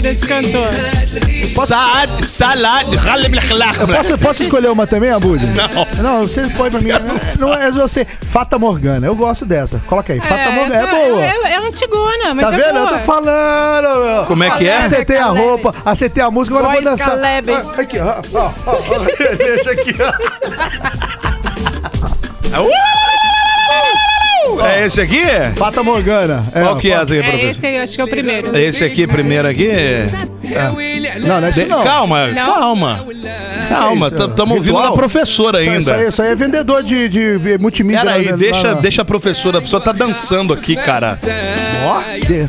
esse cantor. Saad, salad, Posso, posso escolher uma também, Abud? Não. Não, você pode pra mim. Não, é você. Fata Morgana. Eu gosto dessa. Coloca aí. Fata Morgana. É essa- boa. É, é antigona, mas Tá é vendo? boa. Eu tô falando, meu. Como é que é? Acertei a Caleb. roupa, acertei a música, agora eu vou Voz dançar. Caleb. Ah, Aqui, ó, ó, ó, ó. Deixa aqui, ó. É esse aqui? Fata Morgana. Qual que é ó, essa aqui, É professor? esse aí, eu acho que é o primeiro. Esse aqui, primeiro aqui? Não, não é isso De- não. Calma, Não. calma. Calma, Isso, estamos ouvindo ritual? da professora Isso aí- ainda. Isso aí, isso aí é vendedor de, de, de multimídia. Pera aí, né? deixa, Lá na- deixa a professora, a pessoa tá dançando aqui, cara. Ó, de-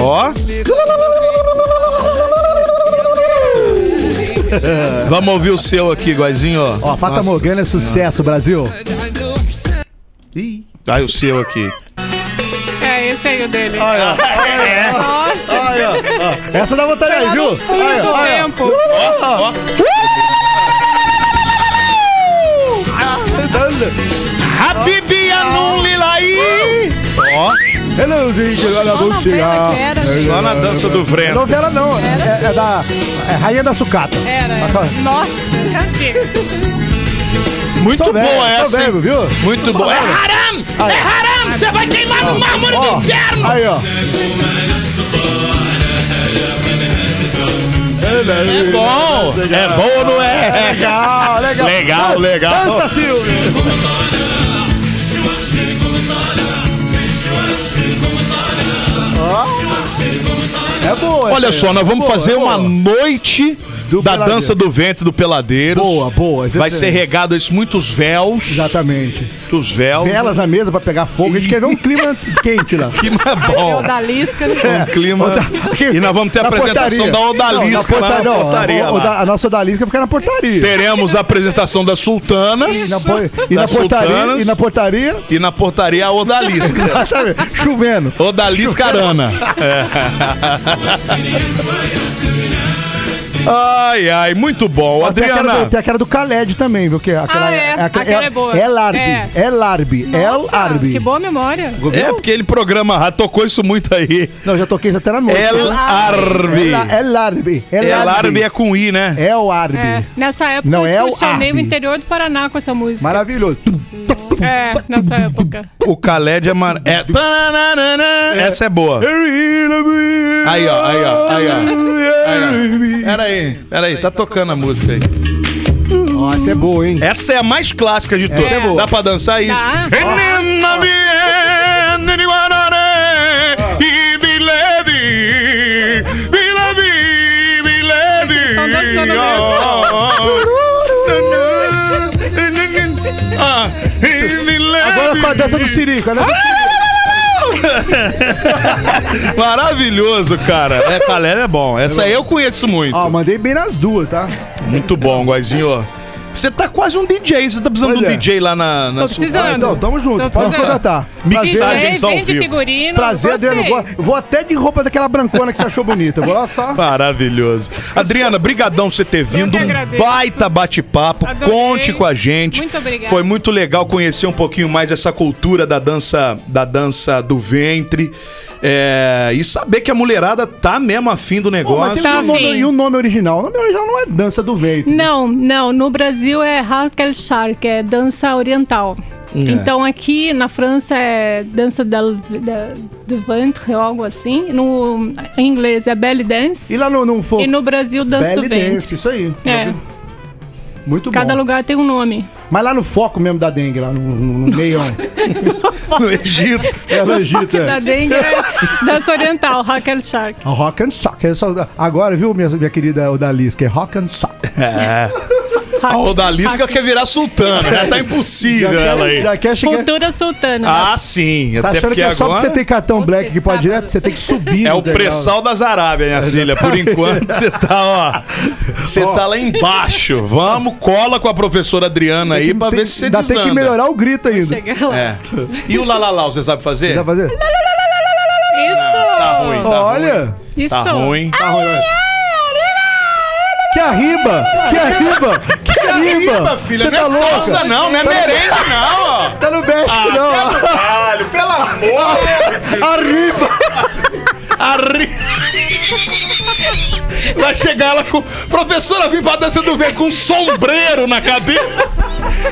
Ó. Vamos ouvir o seu aqui, Goizinho. Ó, Fata Morgana é sucesso, Brasil. Aí o seu aqui. É esse aí o dele. Ah, é? Nossa, Essa dá vontade Ah, aí, tá viu? no fundo Olha, do olha. tempo. Habibi Anuli Laí! Ó, Hello, gente, olha, vou chegar. é. Era, só na dança do É Vreno. novela não, é, é da é Rainha da Sucata. era, ah, era. Nossa, é. antigo. Muito Sou velho, boa sou essa, hein? velho, viu? Muito boa. É haram! É haram! Você vai queimar no mármore Ó, aí, ó. É bom! É bom ou não é? Legal, legal. Legal, legal. Dança, Silvio. Ó. É boa. Olha essa aí, só, ó. nós vamos Boa, fazer é uma boa. noite Do da Peladeiros. dança do ventre do Peladeiros. Boa, boa, Vai exatamente. ser regado a isso muitos véus. Exatamente. Muitos véus. Velas na mesa pra pegar fogo. A gente quer ver um clima quente lá. Que mas é É bom. o da Lisca. Um clima. E nós vamos ter a Na apresentação portaria. da Não, na Odalisca lá na portaria, não, portaria. a- o- o lá. da- A nossa odalisca fica na portaria. Teremos a apresentação das E sultanas. na, po- e na Das portaria, sultanas. e na portaria, E na portaria a Odalisca. tá vendo? chovendo. Odalisca Arana. É. Ai, ai, muito bom. Ó, Tem a, cara Adriana. do, tem a cara do Khaled também, viu? Que é aquela, Ah, é. Aquela é boa. É Larbi. É. É Larbi. É Nossa, Larbi. Que boa memória. É, porque ele programa rádio, tocou isso muito aí. Não, já toquei isso até na noite. El Arbi. É Larbi. El Arbi é com I, né? É o Arbi. É, nessa época Não, é eu o excursionei o, Arby. interior do Paraná com essa música. Maravilhoso. É, nessa época. O Khaled é, mar... é... Tananana. Essa é boa. Aí, ó, aí, ó, aí, ó. Pera aí, pera aí, tá tocando a música aí. Nossa, é boa, hein? Essa é a mais clássica de todas. é boa. Dá pra dançar isso? Dá. Ah. estão dançando mesmo. Oh, oh. Ah, Agora com a dança do né? Siri. com a dança do Siri. Maravilhoso, cara. É, Caleb é bom. Essa aí eu conheço muito. Ó, mandei bem nas duas, tá? Muito bom, Guazinho. Você tá quase um DJ. Você tá precisando de Olha. um DJ lá na, na Tô sua- precisando. Então, tamo junto. Tô Pode precisando. contratar. Mixagem. é Prazer, Mensagens ao vem de vivo. figurino. prazer gostei. Adriano. Go- Vou até de roupa daquela brancona que você achou bonita. Vou lá só. Maravilhoso. Adriana, brigadão você ter vindo. que Um agradeço. baita bate-papo. Adorei. Conte com a gente. Muito obrigada. Foi muito legal conhecer um pouquinho mais essa cultura da dança, da dança do ventre. É, e saber que a mulherada tá mesmo afim do Pô, negócio. mas e o nome- afim. e o nome original? O nome original não é dança do ventre. Não, não. No Brasil é Harkel Char, que é dança oriental. É. Então aqui na França é dança da, da, do ventre ou algo assim. No em inglês é belly dance. E lá no, no fogo. E no Brasil dança Belly do ventre. Dance, isso aí. É, Muito cada bom. lugar tem um nome. Mas lá no foco mesmo da dengue, lá no, no, no meião. No Egito. é no Egito, Da é. dengue é dança oriental, Harkel Char. Rock and sock. é só- Agora, viu, minha, minha querida Odalisca? É rock and sock. A Odalisca quer virar sultana. Já tá impossível ela aí. já quer chegar. Cultura sultana. Ah, sim. Tá até achando porque que é só agora... porque você tem cartão black que pode direto? Você tem que subir. É no o degrau. pré-sal das Arábia, minha filha. Por enquanto, você tá, ó. Você Ó. tá lá embaixo. Vamos, cola com a professora Adriana aí pra Tem- ver se você Ainda desanda. tem que melhorar o grito ainda. Tá Chega lá. É. E o lalalau, você sabe fazer? Vai fazer? Tá ruim, tá ruim. Olha! Isso. Tá ruim. Tá rolando. Que arriba! Que Tá arriba! Que arriba! filha. Você não tá é salsa, louca? não. Não é merenda, não, ó. Tá no México, não! Ah, Caralho, pelo amor. Arriba! Arri... Vai chegar ela com. Professora, vim pra dança do vento com um sombreiro na cabeça.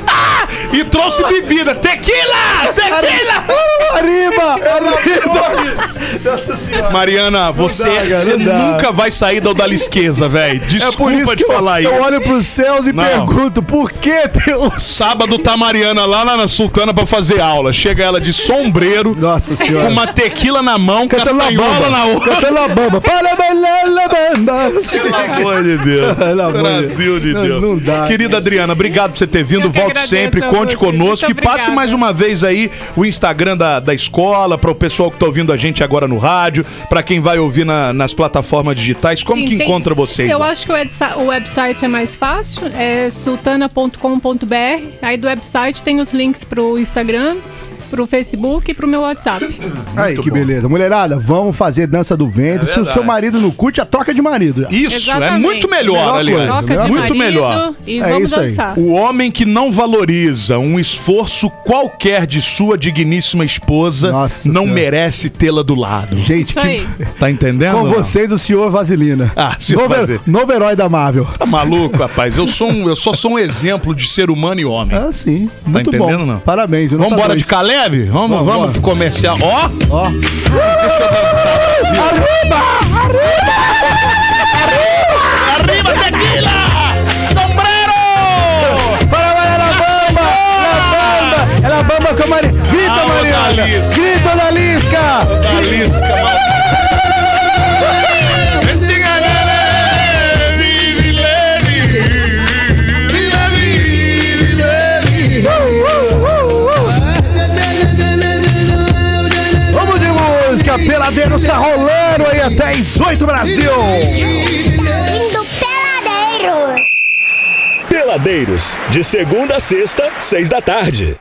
Ah! E trouxe bebida. Tequila! Tequila! Arriba! Arriba! Nossa senhora. Mariana, você, dá, cara, você não dá. nunca vai sair da odalisqueza, velho. Desculpa É por isso te que eu, falar eu isso. olho pros céus e Não. pergunto, por que Deus? Sábado tá a Mariana lá na- na Sultana pra fazer aula. Chega ela de sombreiro, Nossa senhora. com uma tequila na mão, Cantando a castanhola bamba. na outra. Cantando a bamba. Para bailar la bamba. Pelo amor de Deus. Pelo amor de Brasil de Não- Deus. não dá, Querida Adriana, obrigado por você ter vindo. Eu que Volte agradeço, sempre, conte Rodrigo. conosco. E Muito passe obrigada. mais uma vez aí o Instagram da, da escola, para o pessoal que tá ouvindo a gente agora no rádio, para quem vai ouvir na- nas plataformas digitais. Como Sim, que tem- encontra vocês? Eu lá? acho que o, edsa- o website é mais fácil, é sultana.com.br. Aí do website tem os links pro Instagram, pro Facebook e pro meu WhatsApp. Aí, que beleza. Mulherada, vamos fazer dança do É ventre. Se o seu marido não curte, a troca de marido. Isso, é Exatamente. muito melhor, Melhor aliás. coisa, Troca né? de muito marido melhor. e É vamos isso aí. dançar. O homem que não valoriza um esforço qualquer de sua digníssima esposa Nossa não Senhora. merece tê-la do lado. Gente, Isso que... aí. Tá entendendo? com não? vocês o senhor Vaselina. Ah, senhor novo, Vaselina. novo herói da Marvel. Tá maluco, rapaz? Eu, sou um- eu só sou um exemplo de ser humano e homem. Ah, sim. Muito bom. Tá entendendo, não? Parabéns. Vamos embora de casa. Caleb? Vamos, Vamos, vamos bora. pro comercial. Ó! Ó. Deixa eu dançar. Brasil. Arriba, tequila! Sombrero! Para Mariana Bamba! Ela bamba! Ela bamba com a Mari... Grita, Ah, Mariana! Odalisca. Grita, Dalisca! Talisca, mas- Vamos de música! Peladeiros tá rolando aí até às 8 Brasil! Lindo peladeiro. Peladeiros, de segunda a sexta, seis da tarde.